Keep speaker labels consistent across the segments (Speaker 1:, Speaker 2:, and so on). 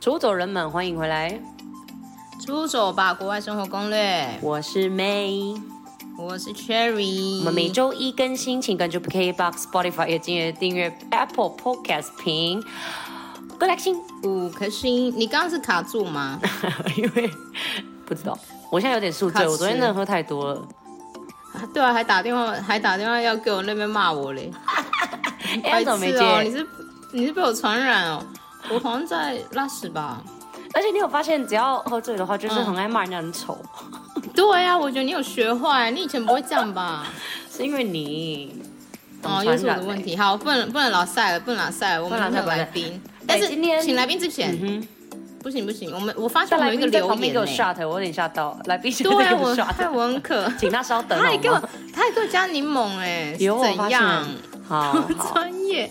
Speaker 1: 出走人们，欢迎回来，
Speaker 2: 出走吧，国外生活攻略。
Speaker 1: 我是 May。
Speaker 2: 我是 Cherry，
Speaker 1: 我们每周一更新，请关注 KBox、Spotify，也记得订阅 Apple Podcast 评。各来星，
Speaker 2: 五颗星。你刚刚是卡住吗？
Speaker 1: 因为不知道，我现在有点宿醉，
Speaker 2: 卡
Speaker 1: 我昨天
Speaker 2: 词
Speaker 1: 真的喝太多了。
Speaker 2: 对啊，还打电话，还打电话要给我那边骂我嘞。
Speaker 1: 哎，怎么没
Speaker 2: 白痴哦，你
Speaker 1: 接？
Speaker 2: 是你是被我传染哦？我好像在拉屎吧？
Speaker 1: 而且你有发现，只要喝醉的话，就是
Speaker 2: 嗯
Speaker 1: 很爱骂人家很丑，
Speaker 2: 对呀、啊，我觉得你有学坏，你以前不会这样吧？
Speaker 1: 是因为你懂
Speaker 2: 哦，又
Speaker 1: 传
Speaker 2: 是我
Speaker 1: 染
Speaker 2: 的
Speaker 1: 欸
Speaker 2: 问。题。好，不能不能老晒了，不能老晒了，我
Speaker 1: 能
Speaker 2: 们
Speaker 1: 老
Speaker 2: 没
Speaker 1: 晒
Speaker 2: 有来
Speaker 1: 不
Speaker 2: 宾。但是
Speaker 1: 今天
Speaker 2: 请来宾之前，
Speaker 1: 嗯
Speaker 2: 不行不行，我们我发
Speaker 1: 哼，
Speaker 2: 现
Speaker 1: 但
Speaker 2: 我
Speaker 1: 来
Speaker 2: 有一个
Speaker 1: 宾在
Speaker 2: 留
Speaker 1: 旁边
Speaker 2: 言
Speaker 1: 给我
Speaker 2: 呢
Speaker 1: shot，我有欸点吓到。来宾现在
Speaker 2: 对
Speaker 1: 给
Speaker 2: 啊，
Speaker 1: 我
Speaker 2: 我 害
Speaker 1: shot，
Speaker 2: 我很渴。
Speaker 1: 请他稍等
Speaker 2: 他还给
Speaker 1: 好
Speaker 2: 我
Speaker 1: 吗？，
Speaker 2: 他还给我加柠檬哎、
Speaker 1: 有我
Speaker 2: 是
Speaker 1: 发现
Speaker 2: 怎样？，
Speaker 1: 好好。
Speaker 2: 专业。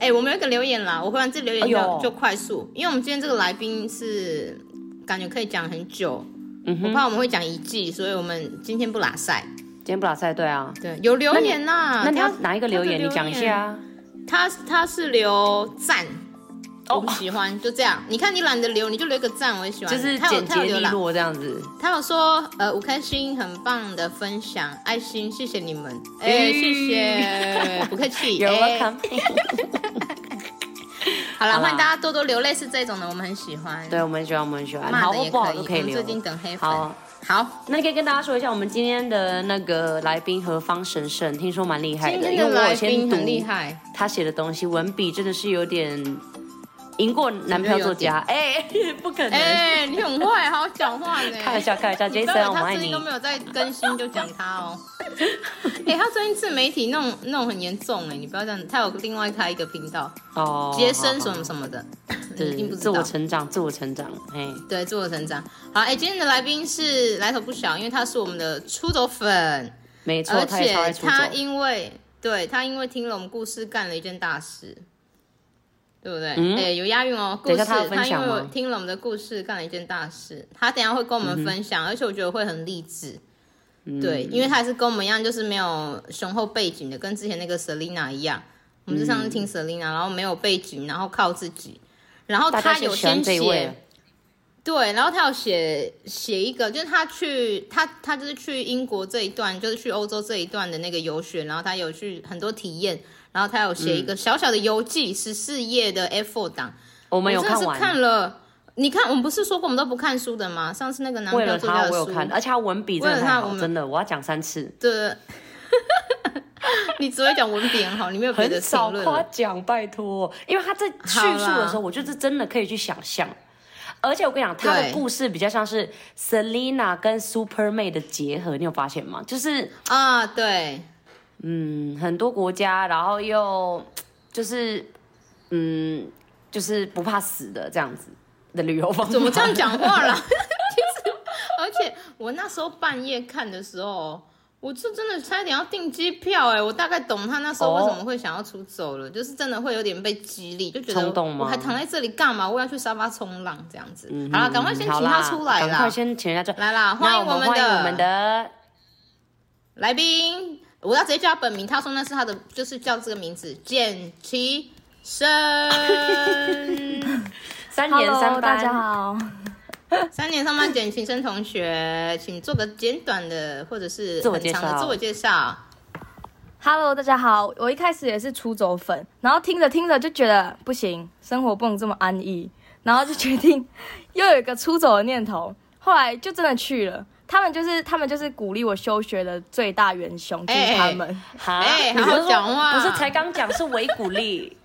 Speaker 2: 哎、我们有一个留言啦，我忽然这留言
Speaker 1: 哎
Speaker 2: 就、
Speaker 1: 呦
Speaker 2: 就快速，因为我们今天这个来宾是感觉可以讲很久，
Speaker 1: 嗯
Speaker 2: 我
Speaker 1: 哼，
Speaker 2: 怕我们会讲一季，所以我们今天不拉塞。
Speaker 1: 今天不打赛对啊。
Speaker 2: 对，有留言啦，
Speaker 1: 那你要
Speaker 2: 啊他
Speaker 1: 哪一个留言？你讲一。下啊。
Speaker 2: 他的留言他他是留赞。我不喜欢，就这样。你看，你懒得留，你就留一个赞，我也喜
Speaker 1: 哦
Speaker 2: 欢。
Speaker 1: 就是
Speaker 2: 啊他有
Speaker 1: 简
Speaker 2: 他有
Speaker 1: 洁
Speaker 2: 留
Speaker 1: 利
Speaker 2: 啦，
Speaker 1: 落这样子。
Speaker 2: 他有说，呃，五颗星很棒的分享，爱心，谢谢你们，哎、
Speaker 1: 嗯
Speaker 2: 谢谢，不 客气，
Speaker 1: You're
Speaker 2: 哎
Speaker 1: welcome
Speaker 2: 好了，
Speaker 1: 好啦
Speaker 2: 欢迎大家多多留类似这种的，我们很喜欢。
Speaker 1: 对，我们很喜欢，我们很喜欢，
Speaker 2: 骂
Speaker 1: 好
Speaker 2: 的
Speaker 1: 或
Speaker 2: 也
Speaker 1: 不好
Speaker 2: 可以。
Speaker 1: 都
Speaker 2: 我
Speaker 1: 可以
Speaker 2: 们
Speaker 1: 留
Speaker 2: 最。近等黑粉。
Speaker 1: 好，
Speaker 2: 好，
Speaker 1: 那你可以跟大家说一下，我们今天的那个来宾何方神圣，听说蛮厉害
Speaker 2: 今
Speaker 1: 的，
Speaker 2: 天
Speaker 1: 因
Speaker 2: 的
Speaker 1: 为哎我有
Speaker 2: 来
Speaker 1: 先
Speaker 2: 宾
Speaker 1: 读
Speaker 2: 很厉害，
Speaker 1: 他写的东西，文笔真的是有点赢过男票作家，哎， 不可能，
Speaker 2: 哎，你很坏，好好讲 话呢。
Speaker 1: 开玩笑，开玩笑
Speaker 2: 你不要
Speaker 1: ，Jason，
Speaker 2: 以为
Speaker 1: 我
Speaker 2: 他
Speaker 1: 爱
Speaker 2: 最近
Speaker 1: 你
Speaker 2: 都。没有在更新，就讲他 哦。哎，他最近自媒体弄弄很严重哎，你不要这样。他有另外开一个频道，
Speaker 1: 哦，
Speaker 2: 杰森什
Speaker 1: 好
Speaker 2: 么什么的，
Speaker 1: 好
Speaker 2: 你一定不
Speaker 1: 自
Speaker 2: 知
Speaker 1: 我
Speaker 2: 道。
Speaker 1: 成长，自我成长，哎，
Speaker 2: 对，自我成长。好，哎，今天的来宾是来头不小，因为他是我们的出走粉。
Speaker 1: 没错，
Speaker 2: 而
Speaker 1: 他也超爱
Speaker 2: 且
Speaker 1: 出
Speaker 2: 他
Speaker 1: 走，
Speaker 2: 因为对他因为听了我们故事干了一件大事，对不对？哎、
Speaker 1: 嗯
Speaker 2: 有押韵哦。故
Speaker 1: 等一
Speaker 2: 事
Speaker 1: 下他要分
Speaker 2: 因
Speaker 1: 享吗嗯
Speaker 2: 为听了我们的故事干了一件大事，他等一下会跟我们分享，而且我觉得会很励志。对，因为他也是跟我们一样，就是没有雄厚背景的，跟之前那个 Selina 一样。我们是上次听 Selina，、然后没有背景，然后靠自己，然后
Speaker 1: 大家
Speaker 2: 他有
Speaker 1: 喜欢
Speaker 2: 先
Speaker 1: 这一位啊
Speaker 2: 写。对，然后他有写写一个，就是他去他他就是去英国这一段，就是去欧洲这一段的那个游学，然后他有去很多体验，然后他有写一
Speaker 1: 嗯
Speaker 2: 个小小的游记，十四页的 F4 档，
Speaker 1: 我
Speaker 2: 我
Speaker 1: 们有
Speaker 2: 真的
Speaker 1: 看
Speaker 2: 是
Speaker 1: 完，
Speaker 2: 看了。你看，我们不是说过我们都不看书的吗？上次那个男朋
Speaker 1: 为
Speaker 2: 友
Speaker 1: 了
Speaker 2: 作家
Speaker 1: 他
Speaker 2: 的
Speaker 1: 我有
Speaker 2: 书，
Speaker 1: 看，而且他文笔真的
Speaker 2: 为了
Speaker 1: 太
Speaker 2: 他我
Speaker 1: 好，
Speaker 2: 们
Speaker 1: 真的，我要讲三次。
Speaker 2: 对， 你只会讲文笔很好，你没有别的
Speaker 1: 很
Speaker 2: 评
Speaker 1: 少
Speaker 2: 论
Speaker 1: 夸
Speaker 2: 了。
Speaker 1: 奖，拜托。因为他在叙述的时候，我就是真的可以去想象。而且我跟你讲，他的
Speaker 2: 对
Speaker 1: 故事比较像是 Selina 跟 Superman 的结合，你有发现吗？就是
Speaker 2: 啊，对，
Speaker 1: 嗯，很多国家，然后又就是嗯，就是不怕死的这样子的旅游方 法。
Speaker 2: 怎么这样讲话啦？ 其实，而且我那时候半夜看的时候，我就真的差点要订机票哎、我大概懂他那时候为什么会想要出走了，就是真的会有点被激励，就觉
Speaker 1: 嗯
Speaker 2: 得
Speaker 1: 冲动吗
Speaker 2: 我还躺在这里干嘛？我要去沙发冲浪这样子。
Speaker 1: 嗯？
Speaker 2: 好了，赶快先请
Speaker 1: 好
Speaker 2: 他
Speaker 1: 啦
Speaker 2: 出来
Speaker 1: 赶快
Speaker 2: 啦！
Speaker 1: 先请人家出来。
Speaker 2: 来啦，欢
Speaker 1: 那
Speaker 2: 迎
Speaker 1: 我们
Speaker 2: 们
Speaker 1: 欢迎
Speaker 2: 的
Speaker 1: 我们的
Speaker 2: 来宾，我要直接叫他本名，他说那是他的，就是叫这个名字简其生。
Speaker 1: 三年
Speaker 3: Hello，
Speaker 1: 三班。
Speaker 3: 大家好，
Speaker 2: 三年上班简情生同学，请做个简短的或者是
Speaker 1: 自我
Speaker 2: 很
Speaker 1: 介绍
Speaker 2: 长的自我介绍。
Speaker 3: Hello，大家好。我一开始也是出走粉，然后听着听着就觉得不行，生活不能这么安逸，然后就决定又有一个出走的念头。后来就真的去了。他们就是他们就是鼓励我休学的最大元凶，就
Speaker 2: 哎
Speaker 3: 是
Speaker 2: 哎
Speaker 3: 他们。
Speaker 1: 哈，
Speaker 2: 哎
Speaker 1: 你不是
Speaker 2: 好好
Speaker 1: 说
Speaker 2: 讲话
Speaker 1: 不是才刚讲是维骨力，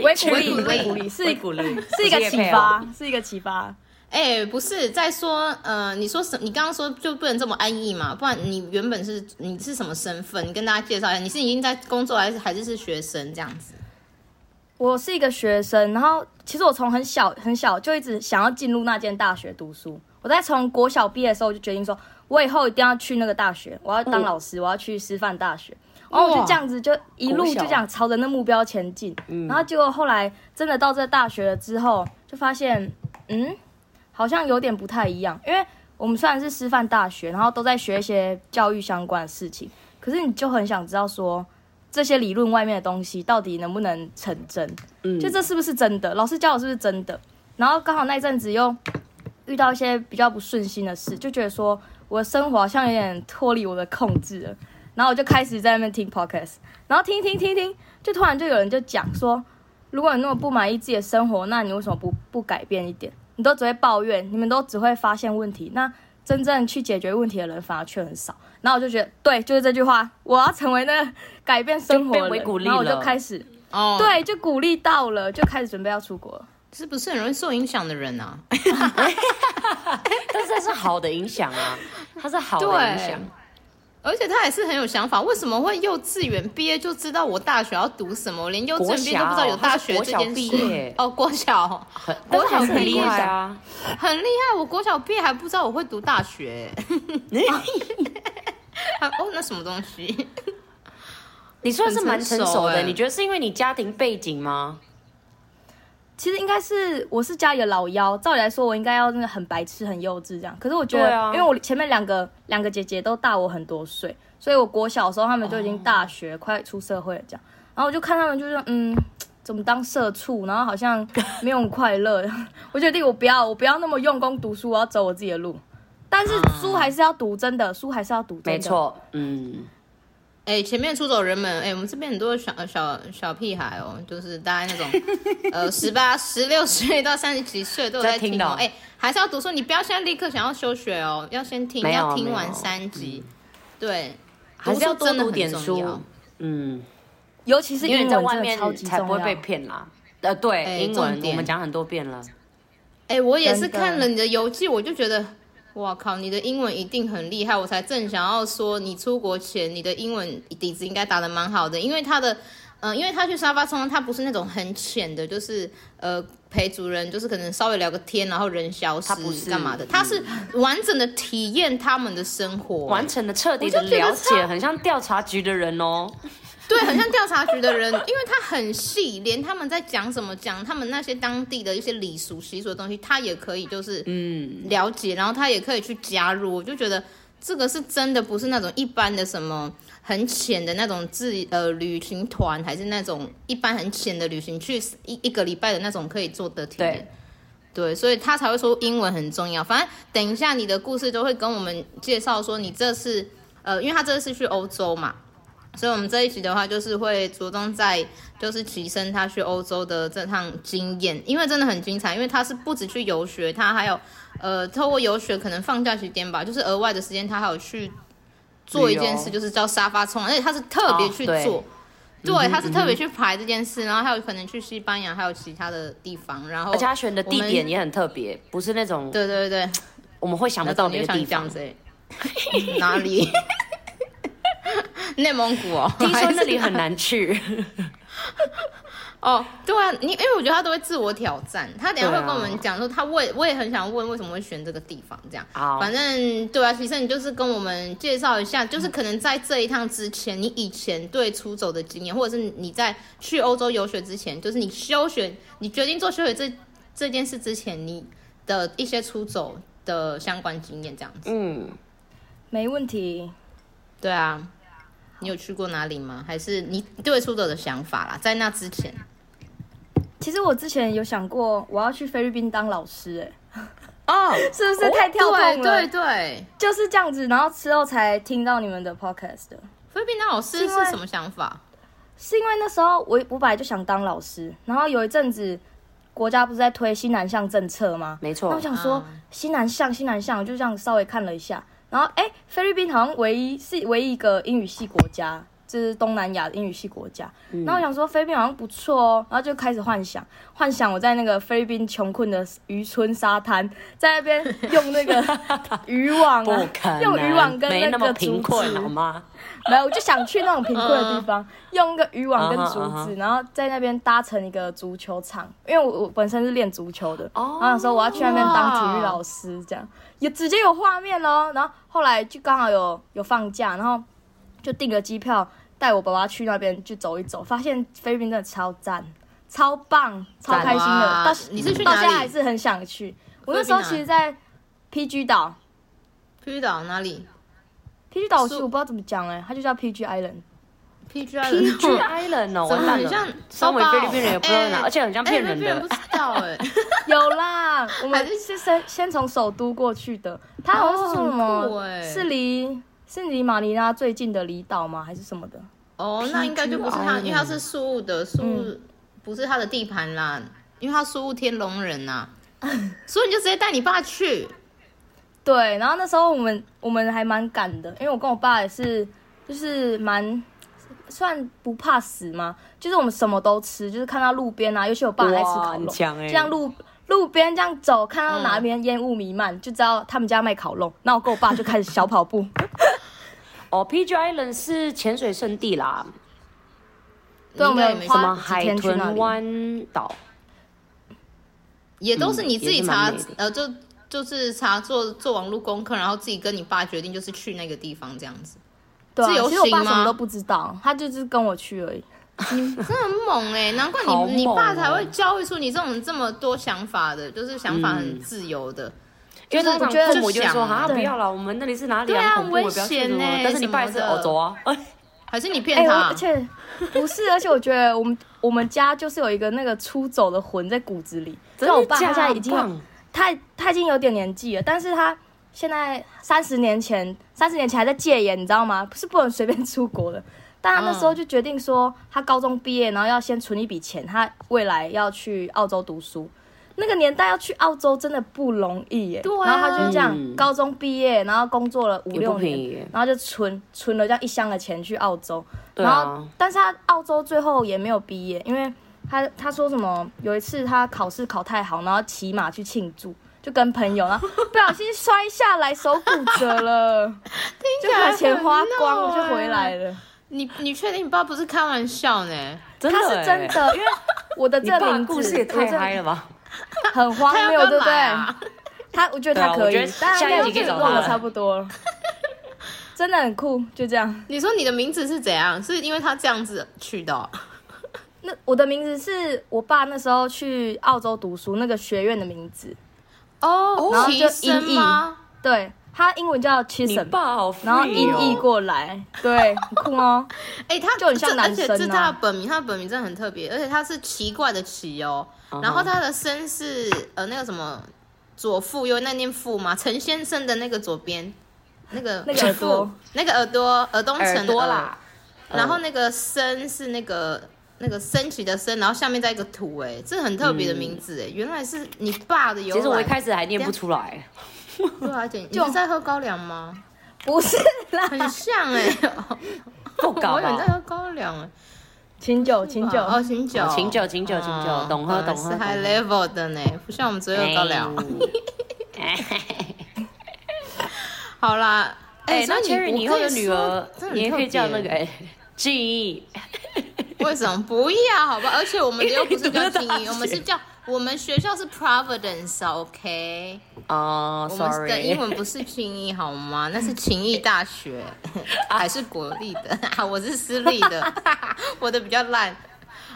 Speaker 3: 维哎鼓
Speaker 2: 维
Speaker 3: 励，
Speaker 2: 骨力
Speaker 3: 维鼓励是
Speaker 1: 维骨力
Speaker 3: 是一个
Speaker 1: 哦
Speaker 3: 启发，是一个启发。
Speaker 2: 哎、不是在说，呃，你说什？你刚刚说就不能这么安逸嘛？不然你原本是你是什么身份？你跟大家介绍一下，你是已经在工作还是还是是学生这样子？
Speaker 3: 我是一个学生，然后其实我从很小很小就一直想要进入那间大学读书。我在从国小毕业的时候就决定说，我以后一定要去那个大学，我要当老师，我要去师范大学。然后我就这样子就一
Speaker 1: 国
Speaker 3: 路
Speaker 1: 小嗯
Speaker 3: 就这样朝着那目标前进。然后结果后来真的到这大学了之后，就发现嗯，好像有点不太一样，因为我们虽然是师范大学，然后都在学一些教育相关的事情，可是你就很想知道说。这些
Speaker 1: 嗯
Speaker 3: 理论外面的东西到底能不能成真？就这是不是真的？老师教我是不是真的？然后刚好那一阵子又遇到一些比较不顺心的事，就觉得说我的生活好像有点脱离我的控制了。然后我就开始在那边听 podcast，然后听一听听一听，就突然就有人就讲说，如果你那么不满意自己的生活，那你为什么不不改变一点？你都只会抱怨，你们都只会发现问题，那真正去解决问题的人反而却很少。然后我就觉得，对，就是这句话，我要成为那个改变生
Speaker 1: 就
Speaker 3: 活的
Speaker 1: 被
Speaker 3: 人
Speaker 1: 微鼓励
Speaker 3: 然后我就
Speaker 1: 了
Speaker 3: 开始，
Speaker 2: 哦，，
Speaker 3: 对，就鼓励到了，就开始准备要出国了。
Speaker 2: 是不是很容易受影响的人啊？
Speaker 1: 但是这是好的影响啊，它是好的影响。
Speaker 2: 而且他也是很有想法，为什么会幼稚园毕业就知道我大学要读什么？我连幼稚
Speaker 1: 国
Speaker 2: 园毕业都不知道有大学这
Speaker 1: 小
Speaker 2: 件
Speaker 1: 毕
Speaker 2: 事
Speaker 1: 业。
Speaker 2: 哦，国小
Speaker 1: 很，但
Speaker 2: 国
Speaker 1: 是还
Speaker 2: 小
Speaker 1: 是很
Speaker 2: 毕
Speaker 1: 厉
Speaker 2: 业
Speaker 1: 害啊！
Speaker 2: 很厉害，我国小毕业还不知道我会读大学、啊 哦，那什么东西？
Speaker 1: 你算是蛮成熟
Speaker 2: 很成熟欸
Speaker 1: 的，你觉得是因为你家庭背景吗？
Speaker 3: 其实应该是我是家里的老幺，照理来说我应该要那个很白痴、很幼稚这样。可是我觉得，
Speaker 1: 对啊
Speaker 3: 因为我前面两个两个姐姐都大我很多岁，所以我国小的时候他们就已经大学、快出社会了这样。然后我就看他们就是嗯，怎么当社畜，然后好像没有很快乐。 我决定我不要，我不要那么用功读书，我要走我自己的路。但是书还是要读，真的书还是要读，真的
Speaker 1: 没。错，嗯，
Speaker 2: 哎、前面出走人们，哎、我们这边很多小小小屁孩哦，就是大概那种 呃十八、十六岁到三十几岁都有在
Speaker 1: 在听
Speaker 2: 听
Speaker 1: 的。
Speaker 2: 哦哎、还是要读书，你不要现在立刻想要休学哦，要先听，
Speaker 1: 没有
Speaker 2: 要听
Speaker 1: 没
Speaker 2: 完
Speaker 1: 有
Speaker 2: 三集。对，
Speaker 1: 还是要
Speaker 2: 读书
Speaker 1: 多
Speaker 2: 真的
Speaker 1: 读
Speaker 2: 很
Speaker 1: 点
Speaker 2: 重要
Speaker 1: 书，嗯，
Speaker 3: 尤其是
Speaker 1: 因为
Speaker 3: 英文
Speaker 1: 你在外
Speaker 3: 真的
Speaker 1: 面
Speaker 3: 超级
Speaker 1: 才不会
Speaker 3: 重要
Speaker 1: 被骗啦。呃，
Speaker 2: 哎
Speaker 1: 对，英
Speaker 2: 重
Speaker 1: 文
Speaker 2: 点
Speaker 1: 我们讲很多遍了，
Speaker 2: 哎、我也是
Speaker 3: 真的
Speaker 2: 看了你的游记，我就觉得，哇靠，你的英文一定很厉害。我才正想要说，你出国前你的英文底子应该打得蛮好的，因为他的，呃，因为他去沙发冲浪，他不是那种很浅的，就是呃陪主人，就是可能稍微聊个天，然后人消失
Speaker 1: 他不是
Speaker 2: 干嘛的，他是完整的体验他们的生活、
Speaker 1: 完整的、彻底的
Speaker 2: 我就觉得
Speaker 1: 了解，很像调查局的人哦。
Speaker 2: 对，很像调查局的人，因为他很细，连他们在讲什么讲，他们那些当地的一些礼俗习俗的东西，他也可以就是嗯了解，然后他也可以去加入。我就觉得这个是真的，不是那种一般的什么很浅的那种自呃旅行团，还是那种一般很浅的旅行去一一个礼拜的那种可以做的体验
Speaker 1: 对。
Speaker 2: 对，所以他才会说英文很重要。反正等一下你的故事都会跟我们介绍说你这次，呃，因为他这次去欧洲嘛，所以我们这一集的话就是会着重在就是提升他去欧洲的这趟经验，因为真的很精彩，因为他是不止去游学，他还有呃透过游学可能放假期间吧，就是额外的时间他还有去做一件
Speaker 1: 旅
Speaker 2: 事，
Speaker 1: 游
Speaker 2: 就是叫沙发冲浪，而且他是特别去
Speaker 1: 哦对嗯
Speaker 2: 做。对，他是特别去排这件事，然后还有可能去西班牙，还有其他的地方，然后
Speaker 1: 而且他选的地
Speaker 2: 哦我们
Speaker 1: 点也很特别，不是那种
Speaker 2: 对对对，
Speaker 1: 我们会想不到的
Speaker 2: 你
Speaker 1: 一
Speaker 2: 又
Speaker 1: 个
Speaker 2: 想
Speaker 1: 地
Speaker 2: 这样
Speaker 1: 方。
Speaker 2: 子、欸？ 哪 里？内蒙古哦，
Speaker 1: 听说那里
Speaker 2: 还是
Speaker 1: 很难去，
Speaker 2: 哦，对啊，你因为我觉得他都会自我挑战，他等一下会跟我们讲说他为我也很想问为什么会选这个地方这样。
Speaker 1: 好
Speaker 2: 反正对啊，其实你就是跟我们介绍一下，就是可能在这一趟之前，你以前对出走的经验，或者是你在去欧洲游学之前，就是你休学，你决定做休学这这件事之前，你的一些出走的相关经验这样子。
Speaker 1: 嗯，
Speaker 3: 没问题。
Speaker 2: 对啊，你有去过哪里吗？还是你对出走的想法啦？在那之前，
Speaker 3: 其实我之前有想过我要去菲律宾当老师、哎。
Speaker 2: 哦，
Speaker 3: 是不是太跳动了？
Speaker 2: 对对对。
Speaker 3: 就是这样子。然后之后才听到你们的 podcast 的，
Speaker 2: 菲律宾老师
Speaker 3: 是因为
Speaker 2: 是什么想法？
Speaker 3: 是因为那时候我我本来就想当老师，然后有一阵子国家不是在推西南向政策吗？
Speaker 1: 没
Speaker 3: 那
Speaker 1: 错
Speaker 3: 我，想说
Speaker 2: 嗯
Speaker 3: 西南向西南向，我就这样稍微看了一下，然后哎、诶菲律宾好像唯一是唯一一个英语系国家。这是东南亚的英语系国家，
Speaker 1: 嗯
Speaker 3: 然后我想说菲律宾好像不错哦，然后就开始幻想，幻想我在那个菲律宾穷困的渔村沙滩，在那边用那个渔 网
Speaker 1: 不
Speaker 3: 啊
Speaker 1: 可，能，
Speaker 3: 用渔网跟
Speaker 1: 没
Speaker 3: 那
Speaker 1: 那么
Speaker 3: 个竹
Speaker 1: 贫
Speaker 3: 子
Speaker 1: 困，哦好吗？
Speaker 3: 没有，我就想去那种贫困的地
Speaker 2: 嗯
Speaker 3: 方，用个渔网跟竹
Speaker 1: 啊哈啊
Speaker 3: 子
Speaker 1: 哈，
Speaker 3: 然后在那边搭成一个足球场，因为我我本身是练足球的，然
Speaker 1: 哦
Speaker 3: 后想说我要去那边当体育老师，这样也直接有画面咯。然后后来就刚好有有放假，然后就订了机票，带我爸爸去那边去走一走，发现菲律宾真的超赞。超棒，超
Speaker 1: 赞
Speaker 3: 开心的。
Speaker 2: 哇
Speaker 3: 到
Speaker 2: 啊你是去
Speaker 3: 到
Speaker 2: 哪
Speaker 3: 现在
Speaker 2: 里
Speaker 3: 还是很想去。我
Speaker 2: 菲
Speaker 3: 那
Speaker 2: 律
Speaker 3: 时
Speaker 2: 宾
Speaker 3: 候
Speaker 2: 哪
Speaker 3: 其实，在 PG 岛
Speaker 2: 霹岛哪里
Speaker 3: ，PG 岛其
Speaker 2: 是
Speaker 3: 实我不知道怎么讲哎、它就叫 PG Island。
Speaker 2: ？PG
Speaker 1: 去
Speaker 2: Island，
Speaker 3: 啊
Speaker 1: Island 哦，
Speaker 2: 啊怎
Speaker 1: 完
Speaker 2: 么
Speaker 1: 蛋
Speaker 2: 很
Speaker 1: 了
Speaker 2: 像。
Speaker 1: 身为
Speaker 2: 包包
Speaker 1: 菲律宾人也不知道在哪，
Speaker 2: 哎
Speaker 1: 而且很像骗人
Speaker 2: 哎菲律宾
Speaker 1: 的
Speaker 2: 不。是到哎、
Speaker 3: 有啦，我
Speaker 2: 还
Speaker 3: 们
Speaker 2: 是
Speaker 3: 是先先从首都过去的，他好像是说什
Speaker 2: 哦很酷
Speaker 3: 么、
Speaker 2: 欸
Speaker 3: 是离是离马尼拉最近的离岛吗？还是什么的？
Speaker 2: 哦，那应该就不是他，
Speaker 1: PGR
Speaker 2: 因为他是苏务的，苏务、不是他的地盘啦，因为他苏务天龙人 呐、所以你就直接带你爸去。
Speaker 3: 对，然后那时候我们我们还蛮赶的，因为我跟我爸也是，就是蛮算不怕死嘛，就是我们什么都吃，就是看到路边啊，尤其我爸很爱吃
Speaker 1: 哇
Speaker 3: 烤
Speaker 1: 很
Speaker 3: 肉，
Speaker 1: 强欸嗯
Speaker 3: 就像路路边这样走，看到哪边烟雾弥漫，就知道他们家卖烤肉，那我跟我爸就开始小 跑步，
Speaker 1: 哦，PG Island 是潜水圣地啦，
Speaker 3: 对，我
Speaker 2: 应该也
Speaker 3: 们
Speaker 2: 没
Speaker 3: 有
Speaker 1: 什么
Speaker 3: 花几
Speaker 1: 海
Speaker 3: 天去那
Speaker 1: 豚
Speaker 3: 里。
Speaker 1: 湾岛，
Speaker 2: 也都是你自己
Speaker 1: 嗯
Speaker 2: 查
Speaker 1: 也是蛮美，
Speaker 2: 呃，就就是查做做网络功课，然后自己跟你爸决定就是去那个地方这样子，
Speaker 3: 对、啊，
Speaker 2: 自由
Speaker 3: 其实我
Speaker 2: 行
Speaker 3: 爸什
Speaker 2: 吗
Speaker 3: 么都不知道，他就是跟我去而已。
Speaker 2: 真的很猛哎、难怪你、
Speaker 1: 好猛哦
Speaker 2: 你爸才会教会出你这种这么多想法的，就是想法很自由的。
Speaker 1: 因为
Speaker 3: 就
Speaker 1: 通
Speaker 3: 是
Speaker 1: 常
Speaker 3: 我觉得
Speaker 1: 父母就会说
Speaker 2: 就想啊
Speaker 1: 啊，
Speaker 3: 对
Speaker 1: 不要了，我们那里是哪里
Speaker 2: 对啊
Speaker 1: 很恐怖，
Speaker 2: 很
Speaker 1: 我不要去
Speaker 2: 危
Speaker 1: 什
Speaker 2: 险
Speaker 1: 么
Speaker 2: 欸。
Speaker 1: 但是你爸也是
Speaker 2: 什么的
Speaker 1: 哦，走啊，
Speaker 2: 还是你
Speaker 3: 哎、
Speaker 2: 骗
Speaker 3: 我
Speaker 2: 他？
Speaker 3: 而且不是，而且我觉得我们我们家就是有一个那个出走的魂在骨子里。
Speaker 1: 真
Speaker 3: 像我
Speaker 1: 的
Speaker 3: 爸
Speaker 1: 假
Speaker 3: 他
Speaker 1: 的？
Speaker 3: 现在已经有
Speaker 1: 很棒
Speaker 3: 他他已经有点年纪了，但是他现在三十年前，三十年前还在戒严，你知道吗？不是不能随便出国的。但他那
Speaker 1: 嗯
Speaker 3: 时候就决定说，他高中毕业，然后要先存一笔钱，他未来要去澳洲读书。那个年代要去澳洲真的不容易耶。
Speaker 2: 对啊
Speaker 3: 然后他就是这样，
Speaker 1: 嗯
Speaker 3: 高中毕业，然后工作了五
Speaker 1: 也不
Speaker 3: 六
Speaker 1: 便宜耶
Speaker 3: 年，然后就存存了这样一箱的钱去澳洲。
Speaker 1: 对
Speaker 3: 然后
Speaker 1: 啊，，
Speaker 3: 但是他澳洲最后也没有毕业，因为他他说什么有一次他考试考太好，然后骑马去庆祝，就跟朋友，然后不小心摔下来，手骨折 了，就把钱花光了，就回来了。
Speaker 2: 你你确定你爸不是开玩笑呢？
Speaker 1: 真的
Speaker 3: 他是真
Speaker 1: 欸。
Speaker 3: 的，因为我 的
Speaker 1: 你
Speaker 3: 这
Speaker 1: 爸
Speaker 3: 个
Speaker 1: 的
Speaker 3: 名字
Speaker 1: 故事也太嗨了，吧！
Speaker 3: 我这很荒
Speaker 2: 他要
Speaker 3: 谬，
Speaker 2: 不
Speaker 3: 对
Speaker 2: 要
Speaker 3: 不对
Speaker 2: 买？啊？
Speaker 3: 他我觉得
Speaker 1: 对啊
Speaker 3: 他
Speaker 1: 我
Speaker 3: 可
Speaker 1: 觉得
Speaker 3: 以，但
Speaker 1: 下一集
Speaker 2: 可以找他
Speaker 3: 忘
Speaker 2: 了
Speaker 3: 了差不多了，真的很酷，就这样。
Speaker 2: 你说你的名字是怎样？是因为他这样子去的哦、
Speaker 3: 那我的名字是我爸那时候去澳洲读书那个学院的名字，
Speaker 2: 哦
Speaker 3: 然后
Speaker 2: 提
Speaker 3: 就
Speaker 2: 升
Speaker 3: 音译
Speaker 2: 吗？
Speaker 3: 对，它英文叫
Speaker 1: 你
Speaker 3: Chisholm，
Speaker 1: 爸好、哦，
Speaker 3: 然后音译，过来，对，很酷哦。
Speaker 2: 哎、他
Speaker 3: 就很像
Speaker 2: 这
Speaker 3: 男
Speaker 2: 而
Speaker 3: 生
Speaker 2: 且这
Speaker 3: 啊
Speaker 2: 他的本名，他的本名真的很特别，而且他是奇怪的奇哦。然后他的身是呃那个什么左腹右那念腹嘛，陈先生的那个左边那个
Speaker 3: 那个耳朵
Speaker 2: 腹，那个耳朵耳东
Speaker 1: 耳
Speaker 2: 城的
Speaker 1: 朵
Speaker 2: 耳
Speaker 1: 啦，，
Speaker 2: 然后那个升是那个那个升起的升，然后下面再一个土，哎，这很特别的名字哎、原来是你爸的由来。
Speaker 1: 其实我一开始还念不出来，
Speaker 2: 对啊，姐，你是在喝高粱吗？
Speaker 3: 不是啦，
Speaker 2: 很像哎、
Speaker 1: 不
Speaker 2: 我
Speaker 1: 搞
Speaker 2: 有
Speaker 1: 吧
Speaker 2: 在。喝高粱哎、
Speaker 3: 请酒，请酒。
Speaker 2: 哦，醒酒，
Speaker 1: 哦醒酒醒酒
Speaker 2: 哦
Speaker 1: 醒酒懂喝懂喝哎
Speaker 2: 是 high level 的呢，不像我们只有高粱。 哎好啦，
Speaker 1: 哎、
Speaker 2: 所
Speaker 1: 那
Speaker 2: 以
Speaker 1: Cherry，你以
Speaker 2: 我
Speaker 1: 后
Speaker 2: 可
Speaker 1: 有
Speaker 2: 以
Speaker 1: 女
Speaker 2: 说
Speaker 1: 儿
Speaker 2: 真，的
Speaker 1: 你也
Speaker 2: 很
Speaker 1: 可以
Speaker 2: 特
Speaker 1: 叫那
Speaker 2: 别
Speaker 1: 个哎，E 静怡。
Speaker 2: 为什么不要？好吧，而且我们的又不是
Speaker 1: 因为你
Speaker 2: 叫
Speaker 1: 读的
Speaker 2: 精
Speaker 1: 大
Speaker 2: 英，我们
Speaker 1: 学
Speaker 2: 是叫我们学校是 Providence，OK，、
Speaker 1: 哦
Speaker 2: 我们的
Speaker 1: ，sorry，
Speaker 2: 英文不是精英好吗？ 那是情谊大 学，还是国立的？ 啊我是私立的， 我的比较烂。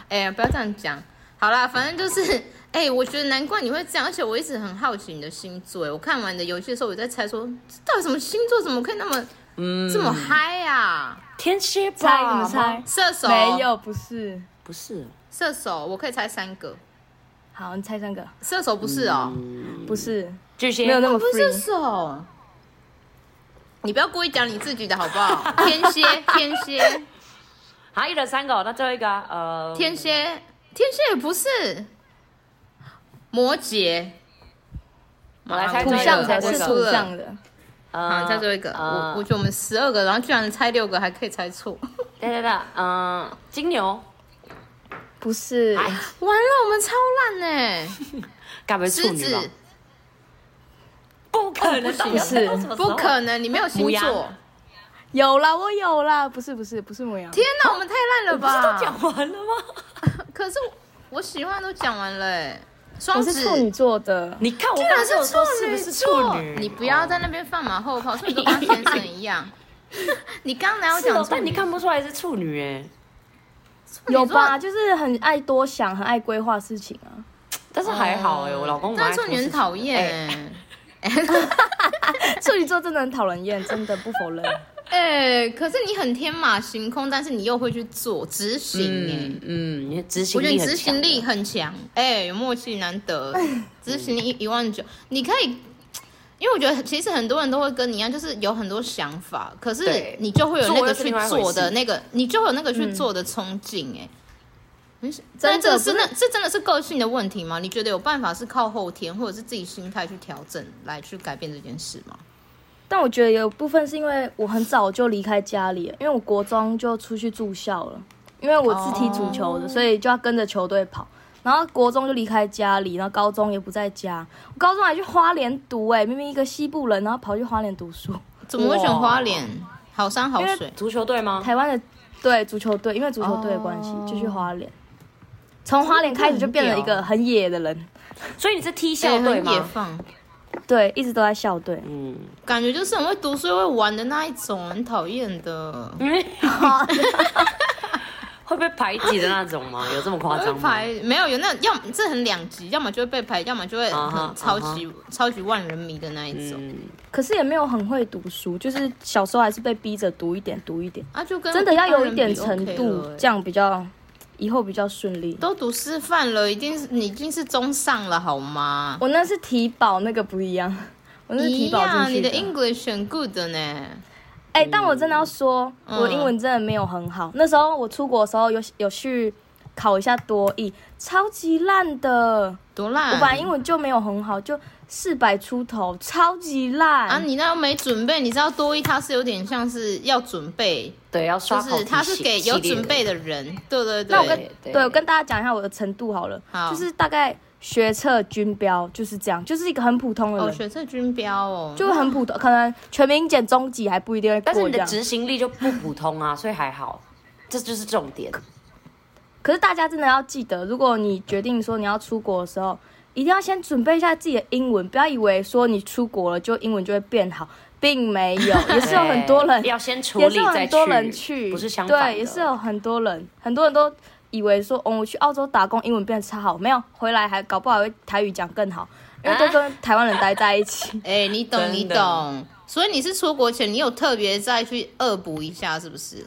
Speaker 2: 哎、呀，不要这样讲。好啦，反正就是，哎、我觉得难怪你会这样，而且我一直很好奇你的星座。哎我看完你的游戏的时候，我在猜说，这到底什么星座，怎么可以那么、
Speaker 3: 嗯
Speaker 2: 这么嗨啊？
Speaker 1: 嗯天蝎吧？
Speaker 3: 猜怎么猜？？
Speaker 2: 射手
Speaker 3: 没，有，不是。
Speaker 1: 不是，
Speaker 2: 射手，我可以猜三个。
Speaker 3: 好，你猜三个，
Speaker 2: 射手不是哦，
Speaker 3: 不是，
Speaker 1: 巨蟹
Speaker 3: 没有那么
Speaker 2: 不是
Speaker 3: 嗯 free。
Speaker 2: 手。你不要故意讲你自己的好不好？天蝎，天蝎，
Speaker 1: 还一人三个哦，那最后一个啊呃，
Speaker 2: 天蝎，天蝎也不是。摩羯，啊
Speaker 1: 我来猜
Speaker 3: 土
Speaker 1: 最后一个
Speaker 3: 象
Speaker 2: 像
Speaker 3: 才
Speaker 1: 猜
Speaker 3: 是
Speaker 1: 最后一
Speaker 2: 出
Speaker 1: 个
Speaker 3: 土象的，
Speaker 2: 好，你
Speaker 1: 呃
Speaker 2: 猜最后一个。
Speaker 1: 呃
Speaker 2: 啊我我觉得我们十二个，然后居然猜六个，还可以猜错。
Speaker 1: 对对对，嗯，金牛，
Speaker 3: 不是，
Speaker 1: 哎，
Speaker 2: 完了，我们超烂呢。
Speaker 1: 该不会处
Speaker 2: 狮
Speaker 1: 女吧？
Speaker 2: 子，哦
Speaker 1: 不可能，
Speaker 2: 不
Speaker 1: 到底
Speaker 3: 是
Speaker 1: 到什么时候
Speaker 2: 不可能，你没有星
Speaker 1: 母哦羊
Speaker 2: 座。
Speaker 3: 有啦，我有啦，不是，不是，不是母羊。
Speaker 2: 天哪，我们太烂了吧！
Speaker 1: 讲完了吗？
Speaker 2: 可是我我喜欢都讲完了哎。双
Speaker 3: 我
Speaker 2: 子
Speaker 3: 是处女座的，
Speaker 1: 你看我
Speaker 2: 居
Speaker 1: 刚
Speaker 2: 然
Speaker 1: 刚
Speaker 2: 是
Speaker 1: 跟我说
Speaker 2: 处
Speaker 1: 是
Speaker 2: 女
Speaker 1: 不
Speaker 2: 座，
Speaker 1: 是处女？
Speaker 2: 哦你不要在那边放马后炮，所以你都跟先生 一样。你刚哪有
Speaker 1: 是
Speaker 2: 讲
Speaker 1: 哦，
Speaker 2: 处
Speaker 1: 但你
Speaker 2: 女？
Speaker 1: 看不出来是处女哎，
Speaker 2: 处女
Speaker 3: 有
Speaker 2: 座
Speaker 3: 吧？就是很爱多想，很爱规划事情啊。
Speaker 1: 但是还好哎，我老公蛮
Speaker 2: 哦但
Speaker 1: 爱
Speaker 2: 处女很
Speaker 1: 做事情哎
Speaker 2: 讨厌、欸。
Speaker 3: 处女座真的很讨人厌，真的不否认。
Speaker 2: 哎、可是你很天马行空，但是你又会去做执行哎、
Speaker 1: 嗯嗯，你的执行
Speaker 2: 我觉得
Speaker 1: 力
Speaker 2: 你
Speaker 1: 很强啊哎
Speaker 2: 执行
Speaker 1: 的
Speaker 2: 力很强，哎、有默契难得。执行力一万九，你可以，因为我觉得其实很多人都会跟你一样，就是有很多想法，可是
Speaker 1: 对
Speaker 2: 你就会有那
Speaker 1: 做
Speaker 2: 个
Speaker 1: 又是
Speaker 2: 去
Speaker 1: 另外一回
Speaker 2: 做的
Speaker 1: 事嗯
Speaker 2: 那个，你就会有那个去做的冲劲、哎、但
Speaker 3: 真
Speaker 2: 这
Speaker 3: 的
Speaker 2: 个是那这真的是个性的问题吗？你觉得有办法是靠后天或者是自己心态去调整来去改变这件事吗？
Speaker 3: 但我觉得有部分是因为我很早就离开家里了，因为我国中就出去住校了，因为我是踢足球的，所以就要跟着球队跑。然后国中就离开家里，然后高中也不在家，我高中还去花莲读、哎，明明一个西部人，然后跑去花莲读书。
Speaker 2: 怎么会选花莲？好山好
Speaker 3: 因
Speaker 2: 水，
Speaker 1: 足球队吗？
Speaker 3: 台湾的对足球队，因为足球队的关系，
Speaker 2: 哦
Speaker 3: 就去花莲。从花莲开始就变了一个很野的人，
Speaker 1: 所以你是踢
Speaker 2: 哎
Speaker 1: 校队
Speaker 2: 很野
Speaker 1: 吗？
Speaker 2: 放，
Speaker 3: 对，一直都在校队。
Speaker 1: 嗯，
Speaker 2: 感觉就是很会读书又会玩的那一种，很讨厌的。
Speaker 1: 因为会被排挤的那种 吗？有这么夸
Speaker 2: 会
Speaker 1: 张吗？
Speaker 2: 排没有有那要这很两极，要么就会被排，要么就会
Speaker 1: 啊哈
Speaker 2: 很超级、超级万人迷的那一种。
Speaker 1: 嗯，
Speaker 3: 可是也没有很会读书，就是小时候还是被逼着读一点读一点，
Speaker 2: 啊，就跟
Speaker 3: 真的要有一点
Speaker 2: 一般人
Speaker 3: 程
Speaker 2: 比 OK
Speaker 3: 度，
Speaker 2: 了欸
Speaker 3: 这样比较以后比较顺利。
Speaker 2: 都读师范了，已经是你已经是中上了好吗？
Speaker 3: 我那是体保，那个不 一样，我那是
Speaker 2: 一
Speaker 3: 体保
Speaker 2: 样，啊
Speaker 3: 进
Speaker 2: 你
Speaker 3: 去
Speaker 2: 的 English 很 good 的呢。
Speaker 3: 哎、但我真的要说，
Speaker 2: 嗯
Speaker 3: 我英文真的没有很好。那时候我出国的时候有有去考一下多译，超级烂的。
Speaker 2: 多
Speaker 3: 我本来
Speaker 2: 烂！
Speaker 3: 英文就没有很好，就四百出头，超级烂。
Speaker 2: 啊，你那又没准备，你知道多一它是有点像是要准备，
Speaker 1: 对，要
Speaker 2: 就
Speaker 1: 刷考
Speaker 2: 是
Speaker 1: 题
Speaker 2: 它是
Speaker 1: 系
Speaker 2: 给有
Speaker 1: 系列
Speaker 2: 准备的人，对对对。哦
Speaker 3: 那我跟
Speaker 1: 对
Speaker 3: 对我跟大家讲一下我的程度好了，
Speaker 2: 好
Speaker 3: 就是大概学测军标就是这样，就是一个很普通的
Speaker 2: 哦
Speaker 3: 人，
Speaker 2: 学测军标哦，
Speaker 3: 就很普通，可能全民检中级还不一定会
Speaker 1: 但是
Speaker 3: 过
Speaker 1: 你
Speaker 3: 这
Speaker 1: 的
Speaker 3: 样。
Speaker 1: 执行力就不普通啊，所以还好，这就是重点。
Speaker 3: 可是大家真的要记得，如果你决定说你要出国的时候，一定要先准备一下自己的英文，不要以为说你出国了就英文就会变好，并没有，也 是有很多人
Speaker 1: 对要先处
Speaker 3: 也
Speaker 1: 理
Speaker 3: 是有
Speaker 1: 再
Speaker 3: 很多人去，
Speaker 1: 不是相反的
Speaker 3: 对，也是有很多人，很多人都以为说，哦，我去澳洲打工，英文变超好，没有回来还搞不好还会台语讲更好，因
Speaker 1: 啊
Speaker 3: 为都跟台湾人待在 一起。
Speaker 2: 哎、你懂
Speaker 1: 真的
Speaker 2: 你懂，所以你是出国前你有特别再去恶补一下，是不是？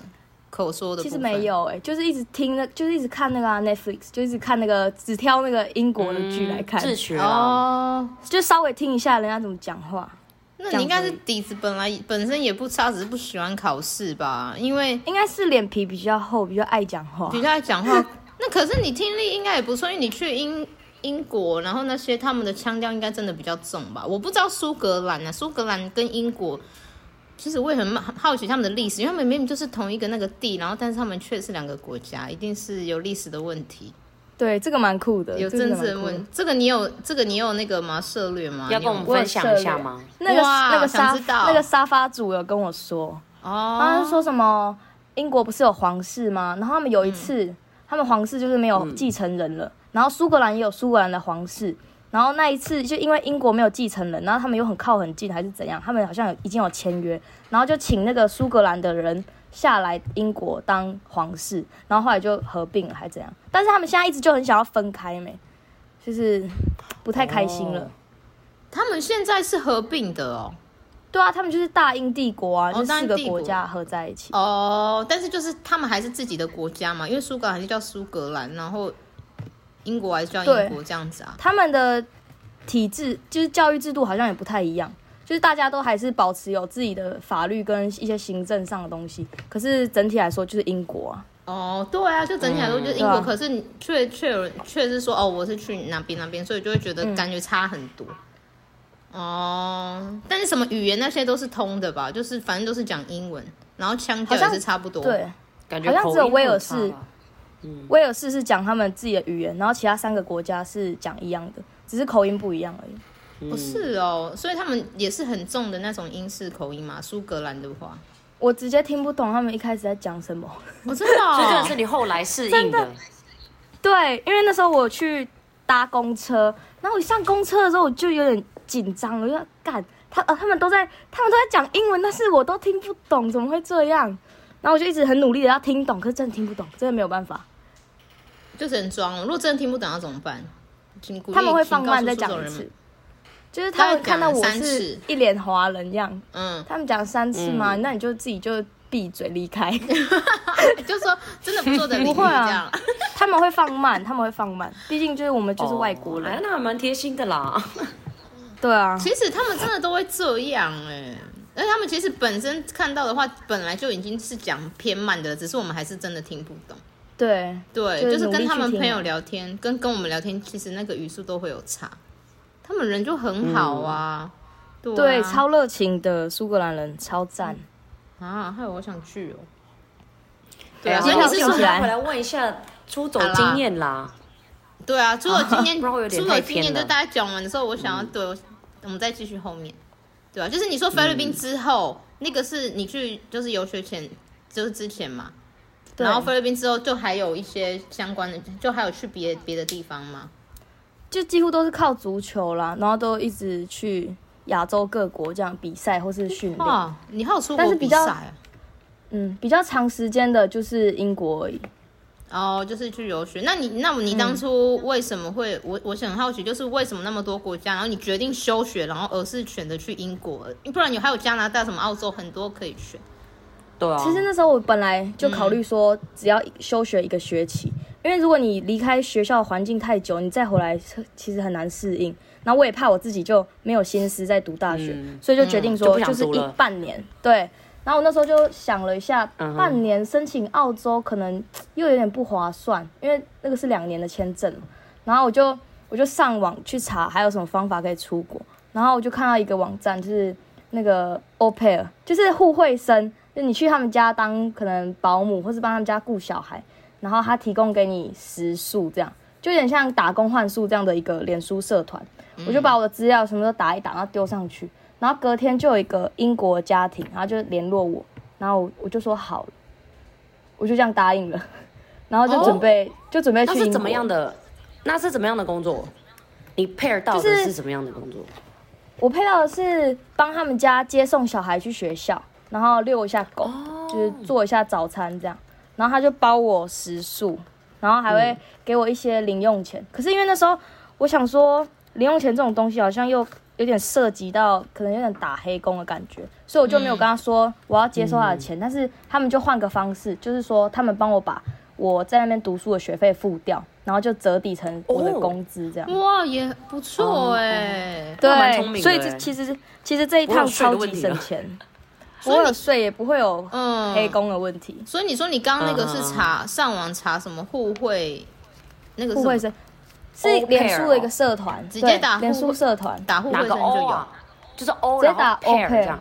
Speaker 2: 口说的
Speaker 3: 其实
Speaker 2: 部分
Speaker 3: 没，有哎、就是一直听那，就是一直看那个、啊、Netflix，就一直看那个，只挑那个英国的剧来看，
Speaker 1: 自学啊，
Speaker 2: 哦，
Speaker 3: 就稍微听一下人家怎么讲话。
Speaker 2: 那你应该是底子本来本身也不差，只是不喜欢考试吧？因为
Speaker 3: 应该是脸皮比较厚，比较爱讲话
Speaker 2: 比。较爱讲话，那可是你听力应该也不错，因为你去英英国，然后那些他们的腔调应该真的比较重吧？我不知道苏格兰啊，苏格兰跟英国。其实我也很好奇他们的历史，因为他们明明就是同一个那个地，然后但是他们却是两个国家，一定是有历史的问题。
Speaker 3: 对，这个蛮酷的，
Speaker 2: 有
Speaker 3: 呃这个
Speaker 2: 政
Speaker 3: 真
Speaker 2: 治
Speaker 3: 的
Speaker 2: 的
Speaker 3: 蛮酷的
Speaker 2: 问，这个你有这个你有那个吗？策略吗？
Speaker 1: 要
Speaker 2: 你
Speaker 1: 跟
Speaker 2: 有
Speaker 1: 我们
Speaker 3: 我有
Speaker 1: 分享一
Speaker 3: 涉
Speaker 1: 下
Speaker 3: 猎
Speaker 1: 吗？
Speaker 3: 那个
Speaker 2: 哇
Speaker 3: 那个
Speaker 2: 想
Speaker 3: 沙
Speaker 2: 知道
Speaker 3: 那个沙发主有跟我说，他
Speaker 2: 哦，
Speaker 3: 是说什么英国不是有皇室吗？然后他们有一次，
Speaker 2: 嗯
Speaker 3: 他们皇室就是没有继承人了，然后苏格兰也有苏格兰的皇室。然后那一次就因为英国没有继承人，然后他们又很靠很近还是怎样，他们好像有已经有签约，然后就请那个苏格兰的人下来英国当皇室，然后后来就合并了还怎样，但是他们现在一直就很想要分开没，就是不太开心了。
Speaker 1: 哦
Speaker 2: 他们现在是合并的哦，
Speaker 3: 对啊，他们就是大英帝国啊，
Speaker 2: 哦
Speaker 3: 就是
Speaker 2: 大
Speaker 3: 四
Speaker 2: 英
Speaker 3: 个
Speaker 2: 帝国
Speaker 3: 国家合在一起。
Speaker 2: 哦，但是就是他们还是自己的国家嘛，因为苏格兰就叫苏格兰，然后英国还是叫英国这样子啊。
Speaker 3: 他们的体制就是教育制度好像也不太一样，就是大家都还是保持有自己的法律跟一些行政上的东西，可是整体来说就是英国啊。
Speaker 2: 哦，对啊，就整体来说就是英国，
Speaker 3: 对啊
Speaker 2: 可是你却却有人却是说哦，我是去哪边哪边，所以就会觉得感觉差很多。哦，但是什么语言那些都是通的吧？就是反正都是讲英文，然后腔调
Speaker 3: 好像
Speaker 2: 也是差不多。
Speaker 3: 对，
Speaker 1: 感觉
Speaker 3: 好像
Speaker 1: 口
Speaker 3: 只有
Speaker 1: 音
Speaker 3: 威
Speaker 1: 很
Speaker 3: 尔
Speaker 1: 差
Speaker 3: 士
Speaker 1: 吧
Speaker 3: 威尔士是讲他们自己的语言，然后其他三个国家是讲一样的，只是口音不一样而已。
Speaker 2: 不是哦，所以他们也是很重的那种英式口音嘛，苏格兰的 话，
Speaker 3: 我直接听不懂他们一开始在讲什么。
Speaker 2: 我、真的、
Speaker 1: 所以这个
Speaker 2: 哦
Speaker 1: 是，你后来适应的，哦
Speaker 3: 对，因为那时候我去搭公车，然后我上公车的时候我就有点紧张，我就要干他呃，他们都在他们都在讲英文，但是我都听不懂，怎么会这样？然后我就一直很努力的要听懂，可是真的听不懂，真的没有办法。
Speaker 2: 就只能装。如果真的听不懂要怎么办？请鼓励
Speaker 3: 他们会放慢再
Speaker 2: 请告
Speaker 3: 讲
Speaker 2: 诉苏
Speaker 3: 一
Speaker 2: 格兰人
Speaker 3: 次，就是他们看到
Speaker 2: 他
Speaker 3: 我
Speaker 2: 们讲了三
Speaker 3: 是
Speaker 2: 次
Speaker 3: 一脸华人样，
Speaker 2: 嗯，
Speaker 3: 他们讲三次嘛，那你就自己就闭嘴离开。
Speaker 2: 啊就说真的不做的理
Speaker 3: 不
Speaker 2: 你这
Speaker 3: 会
Speaker 2: 样
Speaker 3: 啊，他们会放慢，他们会放慢，毕竟就是我们就是外
Speaker 2: 哦
Speaker 3: 国人，
Speaker 1: 哎那还蛮贴心的 啦。
Speaker 3: 对啊，
Speaker 2: 其实他们真的都会这样哎、而且他们其实本身看到的话，本来就已经是讲偏慢的了，只是我们还是真的听不懂。
Speaker 3: 对
Speaker 2: 对，
Speaker 3: 就
Speaker 2: 就
Speaker 3: 是
Speaker 2: 是
Speaker 3: 努力
Speaker 2: 跟
Speaker 3: 去
Speaker 2: 他们
Speaker 3: 听
Speaker 2: 朋友
Speaker 3: 啊
Speaker 2: 聊天，跟跟我们聊天，其实那个语速都会有差。他们人就很好啊，对啊
Speaker 3: 嗯对，嗯超热情的苏格兰人，超赞。
Speaker 2: 啊，害我想去哦。
Speaker 1: 对
Speaker 2: 对啊，
Speaker 1: 啊，
Speaker 2: 所
Speaker 1: 所
Speaker 2: 以
Speaker 1: 以你
Speaker 3: 好
Speaker 2: 你
Speaker 1: 是
Speaker 2: 是
Speaker 1: 说
Speaker 3: 跳
Speaker 2: 说
Speaker 3: 起来
Speaker 1: 回来问一下出走经验啦？
Speaker 2: 对啊？出走经验，
Speaker 1: 不然我有点
Speaker 2: 出
Speaker 1: 太
Speaker 2: 走
Speaker 1: 偏
Speaker 2: 经验就
Speaker 1: 了嗯
Speaker 2: 大家讲完的时候，我想要对我，我们再继续后面，对啊，就是你说菲律
Speaker 1: 嗯
Speaker 2: 宾之后，那个是你去就是游学前，就是之前嘛，
Speaker 3: 对
Speaker 2: 然后菲律宾之后就还有一些相关的，就还有去别别的地方嘛。
Speaker 3: 就几乎都是靠足球啦，然后都一直去亚洲各国这样比赛或是训练。
Speaker 1: 哦
Speaker 2: 哇，你还有出
Speaker 3: 但
Speaker 2: 国
Speaker 3: 是比
Speaker 2: 比赛
Speaker 3: 较
Speaker 2: 啊？
Speaker 3: 嗯，比较长时间的就是英国而已。
Speaker 2: 哦，就是去游学。那你，那你当
Speaker 1: 嗯
Speaker 2: 初为什么会？我我是很好奇，就是为什么那么多国家，然后你决定休学，然后而是选择去英国，不然你还有加拿大、什么澳洲，很多可以选。
Speaker 1: 对啊，
Speaker 3: 其实那时候我本来就考虑说，只要休学一个学期，因为如果你离开学校的环境太久，你再回来其实很难适应。然后我也怕我自己就没有心思再读大学，
Speaker 1: 嗯
Speaker 3: 所以就决定
Speaker 1: 就
Speaker 3: 说
Speaker 1: 不想
Speaker 3: 就是
Speaker 1: 读
Speaker 3: 一
Speaker 1: 了
Speaker 3: 半年。对，然后我那时候就想了一下，
Speaker 1: 嗯哼
Speaker 3: 半年申请澳洲可能又有点不划算，因为那个是两年的签证嘛。然后我就我就上网去查还有什么方法可以出国，然后我就看到一个网站，就是那个 au pair，就是互惠生，就你去他们家当可能保姆，或是帮他们家顾小孩，然后他提供给你食宿，这样就有点像打工换宿这样的一个脸书社团。我就把我的资料什么都打一打，然后丢上去，然后隔天就有一个英国家庭，然后就联络我，然后我我就说好了，我就这样答应了，然后就准备、就准备去
Speaker 1: 哦那
Speaker 3: 英国。
Speaker 1: 是怎么样的？那是怎么样的工作？你 pair 到
Speaker 3: 就
Speaker 1: 的
Speaker 3: 是
Speaker 1: 是什么样的工作？
Speaker 3: 我配到的是帮他们家接送小孩去学校，然后遛一下狗，就是做一下早餐这样。然后他就包我食宿，然后还会给我一些零用钱。可是因为那时候我想说，零用钱这种东西好像又有点涉及到，可能有点打黑工的感觉，所以我就没有跟他说我要接收他的钱。但是他们就换个方式，就是说他们帮我把我在那边读书的学费付掉，然后就折抵成我的
Speaker 1: 哦
Speaker 3: 工资这样。
Speaker 2: 哇，也不错哎、
Speaker 1: 那蛮聪明
Speaker 3: 对，
Speaker 1: 的
Speaker 3: 所以这
Speaker 1: 欸
Speaker 3: 其实其实这一
Speaker 1: 不会
Speaker 3: 趟
Speaker 1: 有税的
Speaker 3: 超
Speaker 1: 问
Speaker 3: 级
Speaker 1: 题
Speaker 3: 省
Speaker 1: 了
Speaker 3: 钱，不会有税，也不会有
Speaker 2: 嗯
Speaker 3: 哦黑工的问题。
Speaker 2: 所以你说你刚刚那个是查、上网查什么互惠，那个是
Speaker 3: 不会
Speaker 2: 什
Speaker 3: 是
Speaker 2: 么
Speaker 3: 是
Speaker 1: Au pair 哦
Speaker 3: 脸书的一个社团，
Speaker 2: 直接
Speaker 3: 对
Speaker 2: 打
Speaker 3: 脸
Speaker 2: 互
Speaker 3: 书社团
Speaker 2: 打互惠
Speaker 1: 哪
Speaker 2: 生
Speaker 1: 个
Speaker 2: 就
Speaker 1: O
Speaker 2: 有。
Speaker 1: 啊？就是 O，
Speaker 3: 直
Speaker 1: 然
Speaker 3: 接
Speaker 1: 后
Speaker 3: 打
Speaker 1: pair
Speaker 3: O pair
Speaker 1: 这样。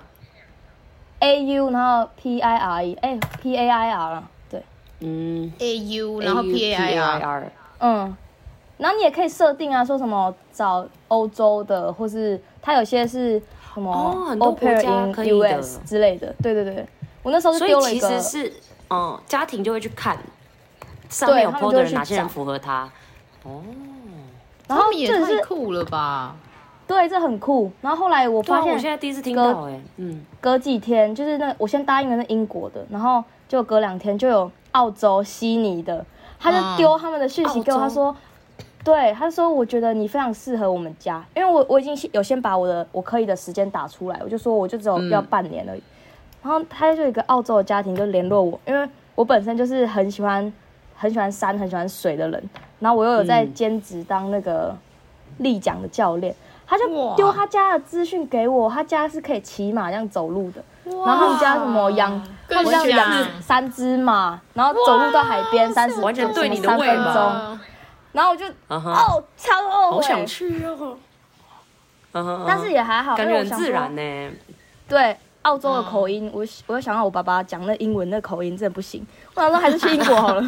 Speaker 3: A U，然后 P I R E，哎 P A I R 了，对，
Speaker 1: 嗯
Speaker 2: A U，然后
Speaker 1: A 啊 U
Speaker 2: P A I 啊 R，
Speaker 1: R，
Speaker 3: 嗯。然后你也可以设定啊，说什么找欧洲的，或是它有些是什
Speaker 1: 哦
Speaker 3: 么
Speaker 1: 很多
Speaker 3: au
Speaker 1: 国
Speaker 3: pair
Speaker 1: 家可以
Speaker 3: in
Speaker 1: 的
Speaker 3: US 之类的。对对对，我那时候就
Speaker 1: 所
Speaker 3: 丢
Speaker 1: 以
Speaker 3: 了一
Speaker 1: 其
Speaker 3: 个，
Speaker 1: 实是，嗯，家庭就会去看上面有
Speaker 3: 他们
Speaker 1: PO
Speaker 3: 就
Speaker 1: 的
Speaker 3: 会
Speaker 1: 人，
Speaker 3: 去
Speaker 1: 哪些人
Speaker 3: 找
Speaker 1: 符合他。
Speaker 3: 然后
Speaker 2: 他们也
Speaker 3: 这
Speaker 2: 太
Speaker 3: 是
Speaker 2: 酷了吧！
Speaker 3: 对，这很酷。然后后来我
Speaker 1: 对
Speaker 3: 发
Speaker 1: 啊，
Speaker 3: 现，
Speaker 1: 我现在第一次听到，哎，嗯，
Speaker 3: 隔几天，就是那我先答应了那英国的，然后就隔两天就有澳洲悉尼的，他就丢他们的讯息给我，
Speaker 1: 啊澳洲
Speaker 3: 他说，对，他说我觉得你非常适合我们家，因为我我已经有先把我的我可以的时间打出来，我就说我就只有要
Speaker 1: 嗯
Speaker 3: 半年而已，然后他就有一个澳洲的家庭就联络我，因为我本身就是很喜欢很喜欢山很喜欢水的人，然后我又有在
Speaker 1: 嗯
Speaker 3: 兼职当那个立桨的教练。他就
Speaker 2: 哇
Speaker 3: 丢他家的资讯给我，他家是可以骑马这样走路的，然后他们家什么养，
Speaker 2: 更
Speaker 3: 他们家
Speaker 2: 像
Speaker 3: 有养三只马，然后走路到海边三十
Speaker 1: 完全对你的
Speaker 3: 三
Speaker 1: 胃
Speaker 3: 分
Speaker 1: 吧
Speaker 3: 钟，
Speaker 2: 啊
Speaker 3: 然后我就
Speaker 1: 啊哈，
Speaker 3: 哦超后悔，
Speaker 1: 好想去哦。啊哈，
Speaker 3: 但是也还好，
Speaker 1: 感
Speaker 3: 因
Speaker 1: 觉
Speaker 3: 为我
Speaker 1: 很
Speaker 3: 想
Speaker 1: 自
Speaker 3: 说
Speaker 1: 然呢。
Speaker 3: 对澳洲的
Speaker 1: 嗯
Speaker 3: 口音，我我又想到我爸爸讲那英文那口音真的不行，我想说还是去英国好了。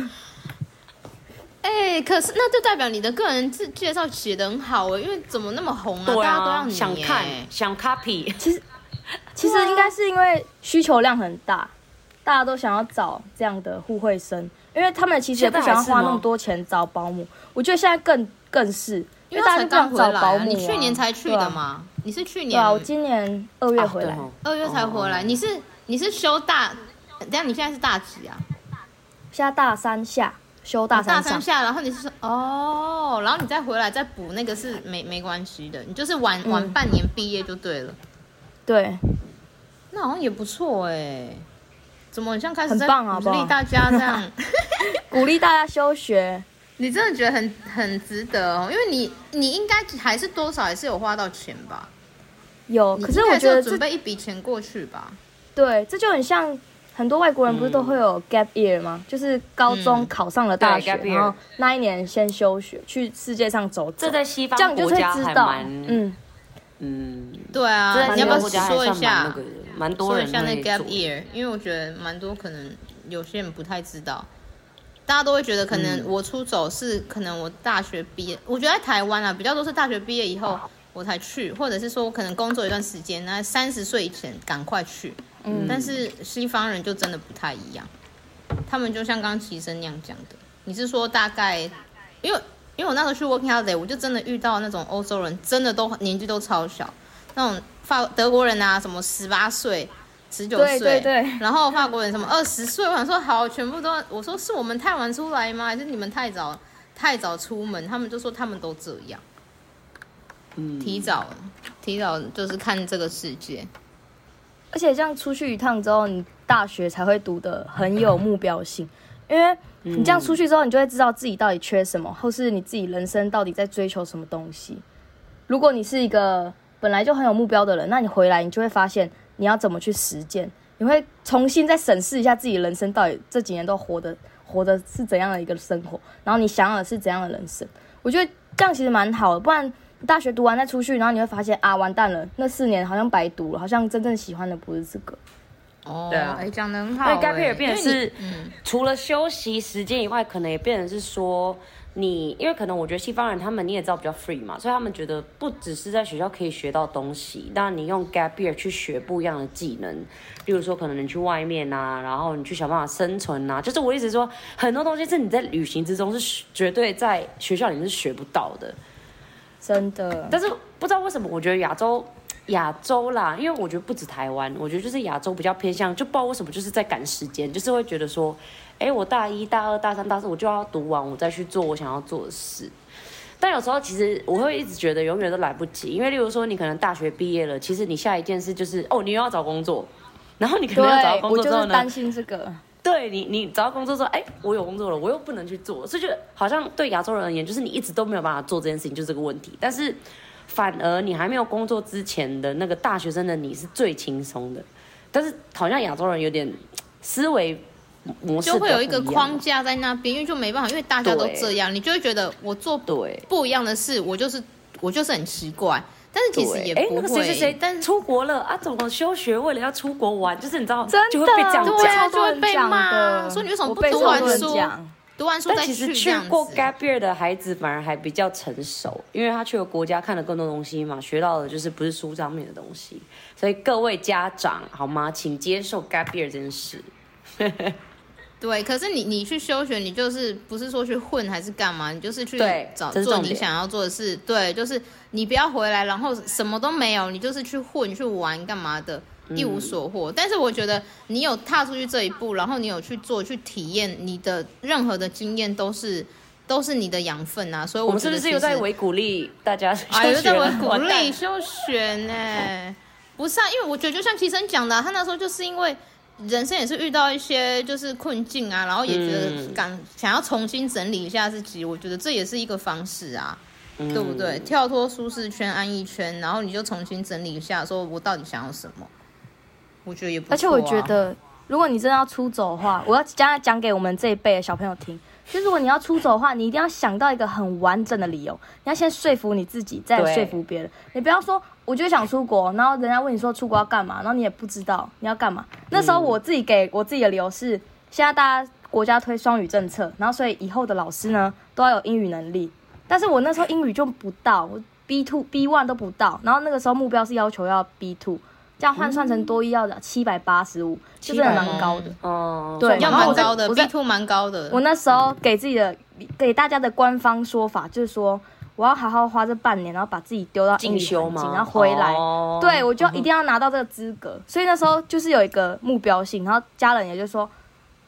Speaker 2: 哎、可是那就代表你的个人自介绍写的很好哎、因为怎么那么红啊？
Speaker 1: 对
Speaker 2: 大家都要
Speaker 1: 啊，
Speaker 2: 你、
Speaker 1: 想看想 copy，
Speaker 2: 啊
Speaker 3: 其实应该是因为需求量很大，大家都想要找这样的互惠生，因为他们其实也不想要花那么多钱找保姆。我觉得现在更更是，
Speaker 2: 因
Speaker 3: 因为
Speaker 2: 为
Speaker 3: 大
Speaker 2: 他才
Speaker 3: 家就不想
Speaker 2: 刚回来、
Speaker 3: 找保姆、
Speaker 2: 啊，你去年才去的？嘛？你是去
Speaker 3: 对
Speaker 2: 年
Speaker 3: 啊，我今年二月回来，
Speaker 1: 啊对哦
Speaker 2: 二月才回来，你是你是休大，等一下你现在是大几啊？
Speaker 3: 现在大三下修大
Speaker 2: 大
Speaker 3: 三
Speaker 2: 三
Speaker 3: 上。
Speaker 2: 下，然后你是说哦，然后你再回来再补那个是
Speaker 3: 嗯
Speaker 2: 没没关系的，你就是晚晚半年毕业就对了，
Speaker 3: 对，
Speaker 2: 那好像也不错哎、怎么很像开始
Speaker 3: 很
Speaker 2: 在
Speaker 3: 棒啊好不
Speaker 2: 鼓
Speaker 3: 好
Speaker 2: 励大家这 样？
Speaker 3: 鼓励大家休学。
Speaker 2: 你真的觉得很很值得哦，因为你你应该还是多少也是有花到钱吧？
Speaker 3: 有，
Speaker 2: 你
Speaker 3: 可是
Speaker 2: 应该
Speaker 3: 我觉
Speaker 2: 有
Speaker 3: 得这
Speaker 2: 准备一笔钱过去吧，
Speaker 3: 对，这就很像很多外国人不是都会有 gap year 吗？就是高中
Speaker 2: 嗯
Speaker 3: 考上了大学，
Speaker 1: 对，gap year
Speaker 3: 然后那一年先休学，去世界上走走，
Speaker 1: 这在西
Speaker 3: 这样
Speaker 1: 方
Speaker 3: 你就
Speaker 1: 国
Speaker 3: 会
Speaker 1: 家
Speaker 3: 知
Speaker 1: 还
Speaker 3: 道
Speaker 1: 蛮，，
Speaker 3: 嗯，
Speaker 1: 嗯，
Speaker 2: 对
Speaker 1: 这
Speaker 2: 啊，
Speaker 1: 在
Speaker 2: 你
Speaker 1: 西
Speaker 2: 要不要
Speaker 1: 方国家还
Speaker 2: 说一
Speaker 1: 算蛮那
Speaker 2: 下
Speaker 1: 个？的，蛮多
Speaker 2: 说一
Speaker 1: 人
Speaker 2: 下那
Speaker 1: 会
Speaker 2: gap
Speaker 1: 做
Speaker 2: year，因为我觉得蛮多可能有些人不太知道，大家都会觉得可
Speaker 1: 嗯
Speaker 2: 能我出走是可能我大学毕业，我觉得在台湾啊比较多是大学毕业以后我才去，或者是说我可能工作一段时间，那三十岁以前赶快去。嗯，但是西方人就真的不太一样，他们就像刚刚齐生那样讲的，你是说大概，因为因为我那时候去 working holiday，我就真的遇到那种欧洲人，真的都年纪都超小，那种法德国人啊，什么十八岁、十九岁，
Speaker 3: 对对对
Speaker 2: 然后法国人什么二十岁，我想说好，全部都，我说是我们太晚出来吗？还是你们太早太早出门？他们就说他们都这样，
Speaker 1: 嗯
Speaker 2: 提早提早就是看这个世界，
Speaker 3: 而且这样出去一趟之后，你大学才会读的很有目标性，因为你这样出去之后，你就会知道自己到底缺什么，或是你自己人生到底在追求什么东西。如果你是一个本来就很有目标的人，那你回来你就会发现你要怎么去实践，你会重新再审视一下自己人生到底这几年都活的活的是怎样的一个生活，然后你想要的是怎样的人生。我觉得这样其实蛮好的，不然你大学读完再出去，然后你会发现啊，完蛋了，那四年好像白读了，好像真正喜欢的不是这个。
Speaker 2: 哦，
Speaker 1: 对啊
Speaker 2: 哎，讲的很好、
Speaker 1: 因
Speaker 2: 哎
Speaker 1: 为 gap year 变成
Speaker 2: 因为你嗯
Speaker 1: 是，除了休息时间以外，可能也变成是说你，因为可能我觉得西方人他们你也知道比较 free 嘛，所以他们觉得不只是在学校可以学到东西，那你用 gap year 去学不一样的技能，例如说可能你去外面啊，然后你去想办法生存啊，就是我一直说很多东西是你在旅行之中是学绝对在学校里面是学不到的。
Speaker 3: 真的，
Speaker 1: 但是不知道为什么，我觉得亚洲亚洲啦，因为我觉得不止台湾，我觉得就是亚洲比较偏向，就不知道为什么就是在赶时间，就是会觉得说，哎，我大一大二大三大四我就要读完，我再去做我想要做的事。但有时候其实我会一直觉得永远都来不及，因为例如说你可能大学毕业了，其实你下一件事就是哦，你又要找工作，然后你可能要找到
Speaker 3: 对
Speaker 1: 工
Speaker 3: 我
Speaker 1: 作
Speaker 3: 就
Speaker 1: 之后
Speaker 3: 是
Speaker 1: 呢，
Speaker 3: 担心这个。
Speaker 1: 对你，你找到工作之后，哎，我有工作了，我又不能去做，所以就好像对亚洲人而言，就是你一直都没有办法做这件事情，就是这个问题。但是反而你还没有工作之前的那个大学生的你是最轻松的，但是好像亚洲人有点思维模式
Speaker 2: 就会有一个
Speaker 1: 比较不样
Speaker 2: 框架在那边，因为就没办法，因为大家都
Speaker 1: 对
Speaker 2: 这样，你就会觉得我做
Speaker 1: 对。
Speaker 2: 不一样的事，我就是我就是很奇怪，但是其实
Speaker 1: 对
Speaker 2: 也
Speaker 1: 哎
Speaker 2: 不
Speaker 1: 那个
Speaker 2: 会，
Speaker 1: 谁谁谁，
Speaker 2: 但是
Speaker 1: 出国了啊，怎么休学为了要出国玩，就是你知道，
Speaker 3: 真的
Speaker 1: 就会被这样
Speaker 3: 对
Speaker 1: 讲。
Speaker 2: 对啊
Speaker 3: 超多人
Speaker 2: 就会被
Speaker 3: 讲
Speaker 2: 骂
Speaker 3: 的
Speaker 2: 说你为什么
Speaker 3: 我
Speaker 2: 不
Speaker 3: 被
Speaker 2: 读
Speaker 3: 超
Speaker 2: 完
Speaker 3: 多人
Speaker 2: 书
Speaker 3: 讲
Speaker 2: 读完书
Speaker 1: 但
Speaker 2: 再
Speaker 1: 其实
Speaker 2: 去
Speaker 1: 去
Speaker 2: 这样子。
Speaker 1: 过 gap year 的孩子反而还比较成熟，因为他去了国家看了更多东西嘛，学到的就是不是书上面的东西。所以各位家长好吗？请接受 gap year 这件事。
Speaker 2: 对，可是你你去休学，你就是不是说去混还是干嘛？你就是去
Speaker 1: 对
Speaker 2: 找
Speaker 1: 这是
Speaker 2: 做
Speaker 1: 重
Speaker 2: 你
Speaker 1: 点
Speaker 2: 想要做的事。对，就是你不要回来，然后什么都没有，你就是去混去玩干嘛的，一
Speaker 1: 嗯
Speaker 2: 无所获。但是我觉得你有踏出去这一步，然后你有去做去体验，你的任何的经验都是都是你的养分啊。所以
Speaker 1: 我
Speaker 2: 我
Speaker 1: 们是
Speaker 2: 觉
Speaker 1: 不
Speaker 2: 得
Speaker 1: 是
Speaker 2: 其
Speaker 1: 又在
Speaker 2: 实
Speaker 1: 为鼓励大家 休
Speaker 2: 哎，又
Speaker 1: 学
Speaker 2: 在
Speaker 1: 了？
Speaker 2: 我鼓
Speaker 1: 完蛋
Speaker 2: 励休学呢？不是啊，因为我觉得就像齐生讲的啊、他那时候就是因为人生也是遇到一些就是困境啊，然后也觉得
Speaker 1: 嗯
Speaker 2: 敢、想要重新整理一下自己，我觉得这也是一个方式啊，对不对？
Speaker 1: 嗯
Speaker 2: 跳脱舒适圈、安逸圈，然后你就重新整理一下，说我到底想要什么。我觉得也不、啊，
Speaker 3: 而且我觉得，如果你真的要出走的话，我要讲讲给我们这一辈的小朋友听。就是如果你要出走的话，你一定要想到一个很完整的理由，你要先说服你自己，再
Speaker 1: 对
Speaker 3: 说服别人。你不要说我就想出国，然后人家问你说出国要干嘛，然后你也不知道你要干嘛。那时候我自己给我自己的理由是，现在大家国家推双语政策，然后所以以后的老师呢都要有英语能力。但是我那时候英语就不到，我 B two B one 都不到，然后那个时候目标是要求要 B two，这样换算成多一要七百八十五，就是蛮高的。
Speaker 1: 哦，
Speaker 3: 对
Speaker 2: 要
Speaker 3: 然后我
Speaker 2: 蛮
Speaker 3: 在
Speaker 2: 高的
Speaker 3: 我在
Speaker 2: ，B two 蛮高的。
Speaker 3: 我那时候给自己的给大家的官方说法就是说，我要好好花这半年，然后把自己丢到英
Speaker 1: 进
Speaker 3: 语
Speaker 1: 修
Speaker 3: 环
Speaker 1: 吗
Speaker 3: 境，？然后回来。
Speaker 1: 哦
Speaker 3: 对，我就一定要拿到这个资格，所以那时候就是有一个目标性，然后家人也就说，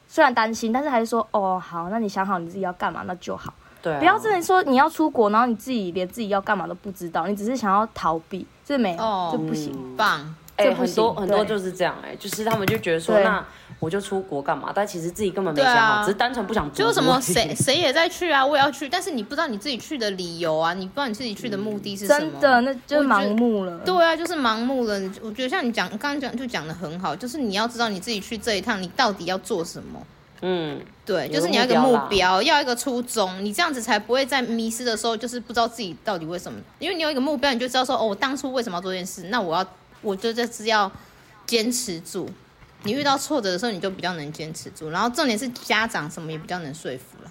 Speaker 3: 虽然担心，但是还是说哦好，那你想好你自己要干嘛，那就好。
Speaker 1: 对、啊，
Speaker 3: 不要真的说你要出国，然后你自己连自己要干嘛都不知道，你只是想要逃避，这没有，
Speaker 2: 哦
Speaker 3: 这不行。
Speaker 2: 棒，
Speaker 1: 哎、
Speaker 3: 这不
Speaker 1: 很
Speaker 3: 行
Speaker 1: 多很多
Speaker 3: 对
Speaker 1: 就是这样哎、就是他们就觉得说，
Speaker 3: 对
Speaker 1: 那我就出国干嘛？但其实自己根本没
Speaker 2: 对
Speaker 1: 想
Speaker 2: 啊
Speaker 1: 好，只是单纯不想出
Speaker 2: 就
Speaker 1: 国
Speaker 2: 是
Speaker 1: 而已。
Speaker 2: 什么谁谁也在去啊，我也要去，但是你不知道你自己去的理由啊，你不知道你自己去的目的是什么。
Speaker 3: 真的，那就是
Speaker 2: 我觉得
Speaker 3: 盲目了。
Speaker 2: 对啊，就是盲目了。你我觉得像你讲，刚刚讲就讲的很好，就是你要知道你自己去这一趟，你到底要做什么。
Speaker 1: 嗯，
Speaker 2: 对，
Speaker 1: 有个
Speaker 2: 就是你要一个
Speaker 1: 目
Speaker 2: 目
Speaker 1: 标啦
Speaker 2: 标，要一个初衷，你这样子才不会在迷失的时候，就是不知道自己到底为什么。因为你有一个目标，你就知道说，哦，我当初为什么要做这件事，那我要，我就这是要坚持住。你遇到挫折的时候，你就比较能坚持住。然后重点是家长什么也比较能说服了，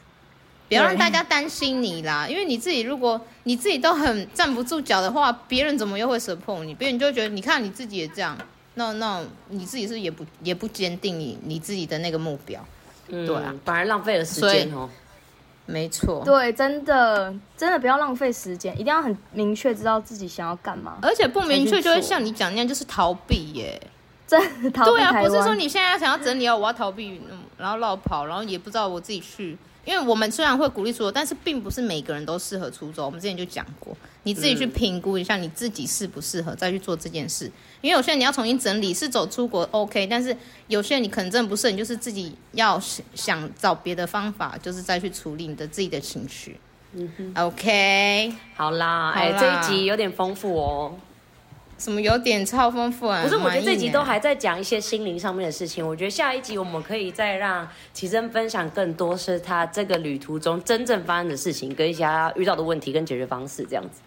Speaker 2: 不要让大家担心你啦。因为你自己如果你自己都很站不住脚的话，别人怎么又会 support 你？别人就会觉得，你看你自己也这样，那那你自己是不是也不也不坚定你你自己的那个目标。
Speaker 1: 嗯
Speaker 2: 对啊，
Speaker 1: 反而浪费了时
Speaker 2: 所以
Speaker 1: 间哦。
Speaker 2: 没错，
Speaker 3: 对，真的真的不要浪费时间，一定要很明确知道自己想要干嘛。
Speaker 2: 而且不明确就
Speaker 1: 才去
Speaker 2: 会
Speaker 1: 做
Speaker 2: 像你讲那样，就是逃避耶。
Speaker 3: 真的逃避
Speaker 2: 对啊，
Speaker 3: 台
Speaker 2: 不是
Speaker 3: 湾
Speaker 2: 说你现在想要整理哦，我要逃避，嗯，然后绕跑，然后也不知道我自己去。因为我们虽然会鼓励出走，但是并不是每个人都适合出走。我们之前就讲过，你自己去评估一下你自己适不适合再去做这件事。因为有些人你要重新整理，是走出国 OK，但是有些人你可能真的不是，你就是自己要想想找别的方法，就是再去处理你的自己的情绪。嗯 OK，
Speaker 1: 好啦，
Speaker 2: 好
Speaker 1: 哎、
Speaker 2: 啦
Speaker 1: 这一集有点丰富哦。
Speaker 2: 什么有点超丰富啊？
Speaker 1: 不是，我觉得
Speaker 2: 蛮
Speaker 1: 这
Speaker 2: 硬
Speaker 1: 集
Speaker 2: 欸
Speaker 1: 都还在讲一些心灵上面的事情。我觉得下一集我们可以再让奇珍分享更多是他这个旅途中真正发生的事情，跟一些他遇到的问题跟解决方式这样子。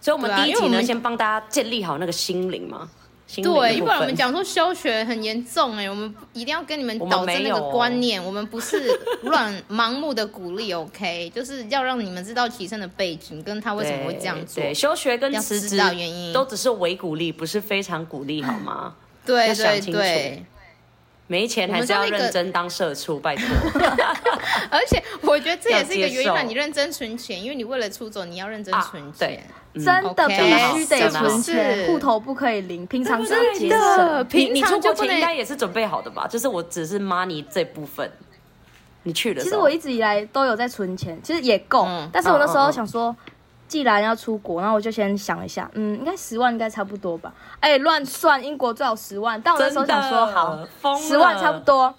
Speaker 1: 所以，我们
Speaker 2: 对啊
Speaker 1: 第一
Speaker 2: 因为
Speaker 1: 集
Speaker 2: 我
Speaker 1: 呢，
Speaker 2: 们
Speaker 1: 先帮大家建立好那个心灵嘛。心灵的
Speaker 2: 对，
Speaker 1: 部
Speaker 2: 不然我
Speaker 1: 分
Speaker 2: 们讲说休学很严重哎、我们一定要跟你们
Speaker 1: 我们
Speaker 2: 导正
Speaker 1: 没
Speaker 2: 那
Speaker 1: 有
Speaker 2: 个
Speaker 1: 哦
Speaker 2: 观念，我们不是乱盲目的鼓励，OK，就是 要让你们知道提升的背景跟他为什么会这样做
Speaker 1: 对，对，休学跟
Speaker 2: 要
Speaker 1: 辞
Speaker 2: 知
Speaker 1: 职
Speaker 2: 道原因。
Speaker 1: 都只是伪鼓励，不是非常鼓励，好 吗？
Speaker 2: 对
Speaker 1: 要想
Speaker 2: 对
Speaker 1: 清楚
Speaker 2: 对，
Speaker 1: 没钱
Speaker 2: 我们
Speaker 1: 还是要
Speaker 2: 像那个
Speaker 1: 认真当社畜，拜 托。
Speaker 2: 而且我觉得这也是一
Speaker 1: 要
Speaker 2: 个
Speaker 1: 接
Speaker 2: 原因，让
Speaker 1: 受
Speaker 2: 你认真存钱，因为你为了出走，你要认真
Speaker 1: 啊
Speaker 2: 存
Speaker 1: 对
Speaker 2: 钱。
Speaker 3: 真的
Speaker 2: 嗯 OK，
Speaker 3: 必须得
Speaker 1: 讲得好
Speaker 3: 存
Speaker 2: 是
Speaker 3: 钱，户头不可以零，平常是要节
Speaker 2: 真的
Speaker 3: 省。
Speaker 1: 你
Speaker 2: 平
Speaker 1: 你出国
Speaker 2: 常就不
Speaker 1: 前应该
Speaker 2: 能
Speaker 1: 也是准备好的吧？就是我只是 money 这部分，你去的
Speaker 3: 其
Speaker 1: 时
Speaker 3: 实
Speaker 1: 候
Speaker 3: 我一直以来都有在存钱，其实也够
Speaker 2: 嗯，
Speaker 3: 但是我那时
Speaker 1: 嗯嗯
Speaker 3: 候
Speaker 1: 嗯
Speaker 3: 想说。既然要出国，然后我就先想一下，嗯，应该十万应该差不多吧。哎、乱算，英国最好十万，但我那时候想说，好，
Speaker 1: 疯了
Speaker 3: 十万差不。多。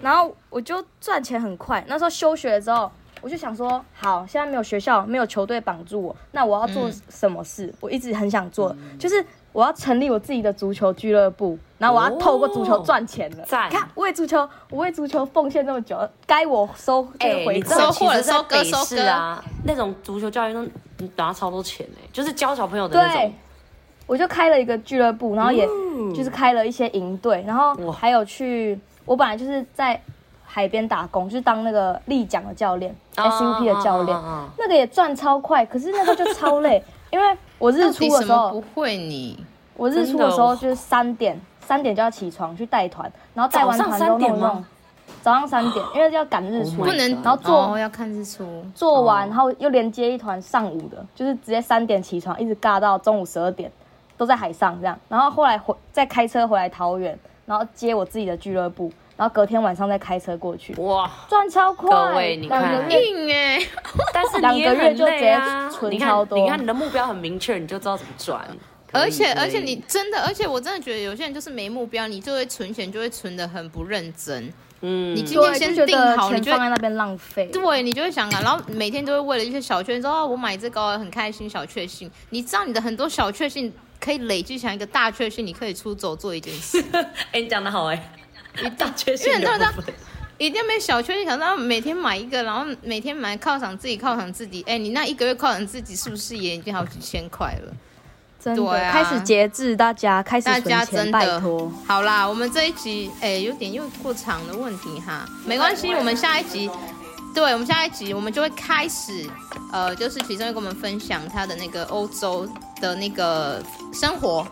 Speaker 3: 然后我就赚钱很快，那时候休学之后，我就想说，好，现在没有学校，没有球队绑住我，那我要做
Speaker 1: 嗯
Speaker 3: 什么事？我一直很想做，就是我要成立我自己的足球俱乐部，然后我要透过足球赚钱了。
Speaker 1: 哦赞
Speaker 3: 你看，为足球，我为足球奉献这么久，该我收这
Speaker 1: 哎
Speaker 3: 个，回
Speaker 1: 你知
Speaker 3: 馈。
Speaker 1: 道
Speaker 2: 收
Speaker 1: 其
Speaker 2: 获
Speaker 1: 实
Speaker 2: 了
Speaker 1: 在
Speaker 2: 收割
Speaker 1: 北
Speaker 2: 收
Speaker 1: 市啊，那种足球教育都拿超多钱哎、就是教小朋友的那
Speaker 3: 对
Speaker 1: 种。，嗯
Speaker 3: 我就开了一个俱乐部，然后也就是开了一些营队，然后
Speaker 1: 哇
Speaker 3: 还有去，我本来就是在海边打工，就是当那个立桨的教练、s u p 的教练，
Speaker 1: 啊啊啊啊
Speaker 3: 那个也赚超快，可是那个就超 累，因为我日
Speaker 2: 到
Speaker 3: 出
Speaker 2: 底
Speaker 3: 的
Speaker 2: 什
Speaker 3: 时
Speaker 2: 么不
Speaker 3: 候，
Speaker 2: 会你？
Speaker 3: 我日出的时候就是
Speaker 1: 哦
Speaker 3: 三点，三点就要起床去带团，然后带完团之后
Speaker 1: 早上三
Speaker 3: 弄
Speaker 1: 点
Speaker 3: 一
Speaker 1: 吗
Speaker 3: 弄，早上三点，因为要赶日
Speaker 1: Oh
Speaker 3: 出
Speaker 1: my
Speaker 2: 不能，
Speaker 3: 然后做
Speaker 2: 哦要看日出。
Speaker 3: 做完，
Speaker 1: 哦
Speaker 3: 然后又连接一团上午的，就是直接三点起床，一直尬到中午十二点，都在海上这样。然后后来回再开车回来桃园，然后接我自己的俱乐部，然后隔天晚上再开车过去，
Speaker 1: 哇！
Speaker 3: 赚超快，
Speaker 1: 各位你看
Speaker 3: 两个月
Speaker 2: 硬哎、
Speaker 1: 但是你也
Speaker 3: 两个月
Speaker 1: 很
Speaker 3: 就
Speaker 1: 累啊
Speaker 3: 直接！存
Speaker 1: 你看
Speaker 3: 超，多
Speaker 1: 你看你的目标很明确，你就知道怎么赚。可以
Speaker 2: 而且
Speaker 1: 可以
Speaker 2: 而且你真的，而且我真的觉得有些人就是没目标，你就会存钱，就会存的很不认真。
Speaker 1: 嗯，
Speaker 2: 你今天
Speaker 3: 对，就
Speaker 2: 先
Speaker 3: 觉
Speaker 2: 定
Speaker 3: 得
Speaker 2: 好，你
Speaker 3: 钱
Speaker 2: 就
Speaker 3: 放
Speaker 2: 会
Speaker 3: 在那边浪费。
Speaker 2: 对，你就会想啊，然后每天都会为了一些小确幸说哦，我买这个哦很开心，小确幸。你知道你的很多小确幸可以累积成一个大确幸，你可以出走做一件 事。
Speaker 1: 哎，你讲的好哎，一大缺
Speaker 2: 因
Speaker 1: 陷
Speaker 2: 为
Speaker 1: 的
Speaker 2: 你知道
Speaker 1: 部分。
Speaker 2: 一定要没小确幸，想到每天买一个，然后每天买犒赏自己，犒赏自己。哎，你那一个月犒赏自己是不是也已经好几千块了？
Speaker 3: 真的、
Speaker 2: 对啊
Speaker 3: 开始节制，大家开始
Speaker 2: 大
Speaker 3: 存
Speaker 2: 家
Speaker 3: 钱，
Speaker 2: 真
Speaker 3: 拜
Speaker 2: 的
Speaker 3: 托。
Speaker 2: 好啦，我们这一集哎、有点又过长的问题哈，没关系，我们下一集，对我们下一集我们就会开始，呃，就是其中会跟我们分享他的那个欧洲的那个生活，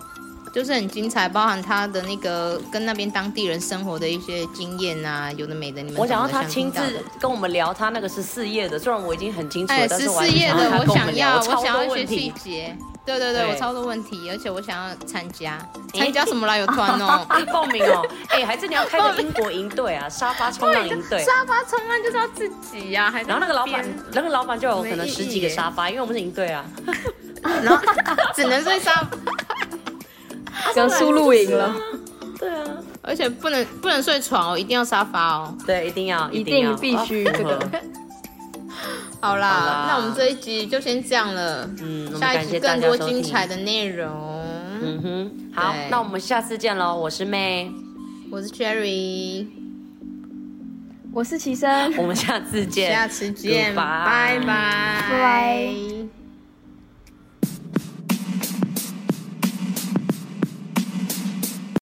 Speaker 2: 就是很精彩，包含他的那个跟那边当地人生活的一些经验啊，有的没的。你们
Speaker 1: 我想
Speaker 2: 懂
Speaker 1: 要
Speaker 2: 得
Speaker 1: 他亲自
Speaker 2: 听到的
Speaker 1: 跟我们聊他那个十四页的，虽然我已经很清楚了，
Speaker 2: 哎，
Speaker 1: 但
Speaker 2: 十
Speaker 1: 是我还
Speaker 2: 四
Speaker 1: 是
Speaker 2: 页
Speaker 1: 想
Speaker 2: 的
Speaker 1: 他
Speaker 2: 我
Speaker 1: 跟我
Speaker 2: 想
Speaker 1: 们
Speaker 2: 要，
Speaker 1: 聊
Speaker 2: 我
Speaker 1: 超
Speaker 2: 想
Speaker 1: 多
Speaker 2: 要学
Speaker 1: 问
Speaker 2: 细
Speaker 1: 题。
Speaker 2: 节。对对对，
Speaker 1: 对
Speaker 2: 我超多问题，而且我想要参加，
Speaker 1: 哎？
Speaker 2: 参加什么来有团哦
Speaker 1: 哎，报名哦！哎，还是你要开个英国营队啊，沙发冲浪营 队。
Speaker 2: 沙发冲浪就是要自己呀、还在
Speaker 1: 然后那个老板
Speaker 2: 边，
Speaker 1: 那个老板就有可
Speaker 2: 没
Speaker 1: 能
Speaker 2: 意义
Speaker 1: 十几个
Speaker 2: 耶
Speaker 1: 沙发，因为我们是营队啊。
Speaker 2: 然后只能睡沙，
Speaker 3: 有输露营了，
Speaker 1: 对啊，
Speaker 2: 而且不能不能睡床哦，一定要沙发哦。
Speaker 1: 对，一定要，
Speaker 3: 一
Speaker 1: 定要
Speaker 3: 定必须
Speaker 1: 哦
Speaker 3: 这个
Speaker 1: 符合
Speaker 2: 好啦，
Speaker 1: 好啦
Speaker 2: 那我们这一集就先这样了，
Speaker 1: 嗯，我们
Speaker 2: 下
Speaker 1: 感
Speaker 2: 一集
Speaker 1: 谢大
Speaker 2: 更
Speaker 1: 家
Speaker 2: 多
Speaker 1: 收听
Speaker 2: 精彩。的内容。
Speaker 1: 嗯哼，好
Speaker 2: 对，
Speaker 1: 那我们下次见喽！我是妹，
Speaker 2: 我是 Cherry，
Speaker 3: 我是齐生。
Speaker 1: 我们下次见，
Speaker 2: 下次见，
Speaker 1: Goodbye
Speaker 2: 拜拜，
Speaker 3: 拜拜。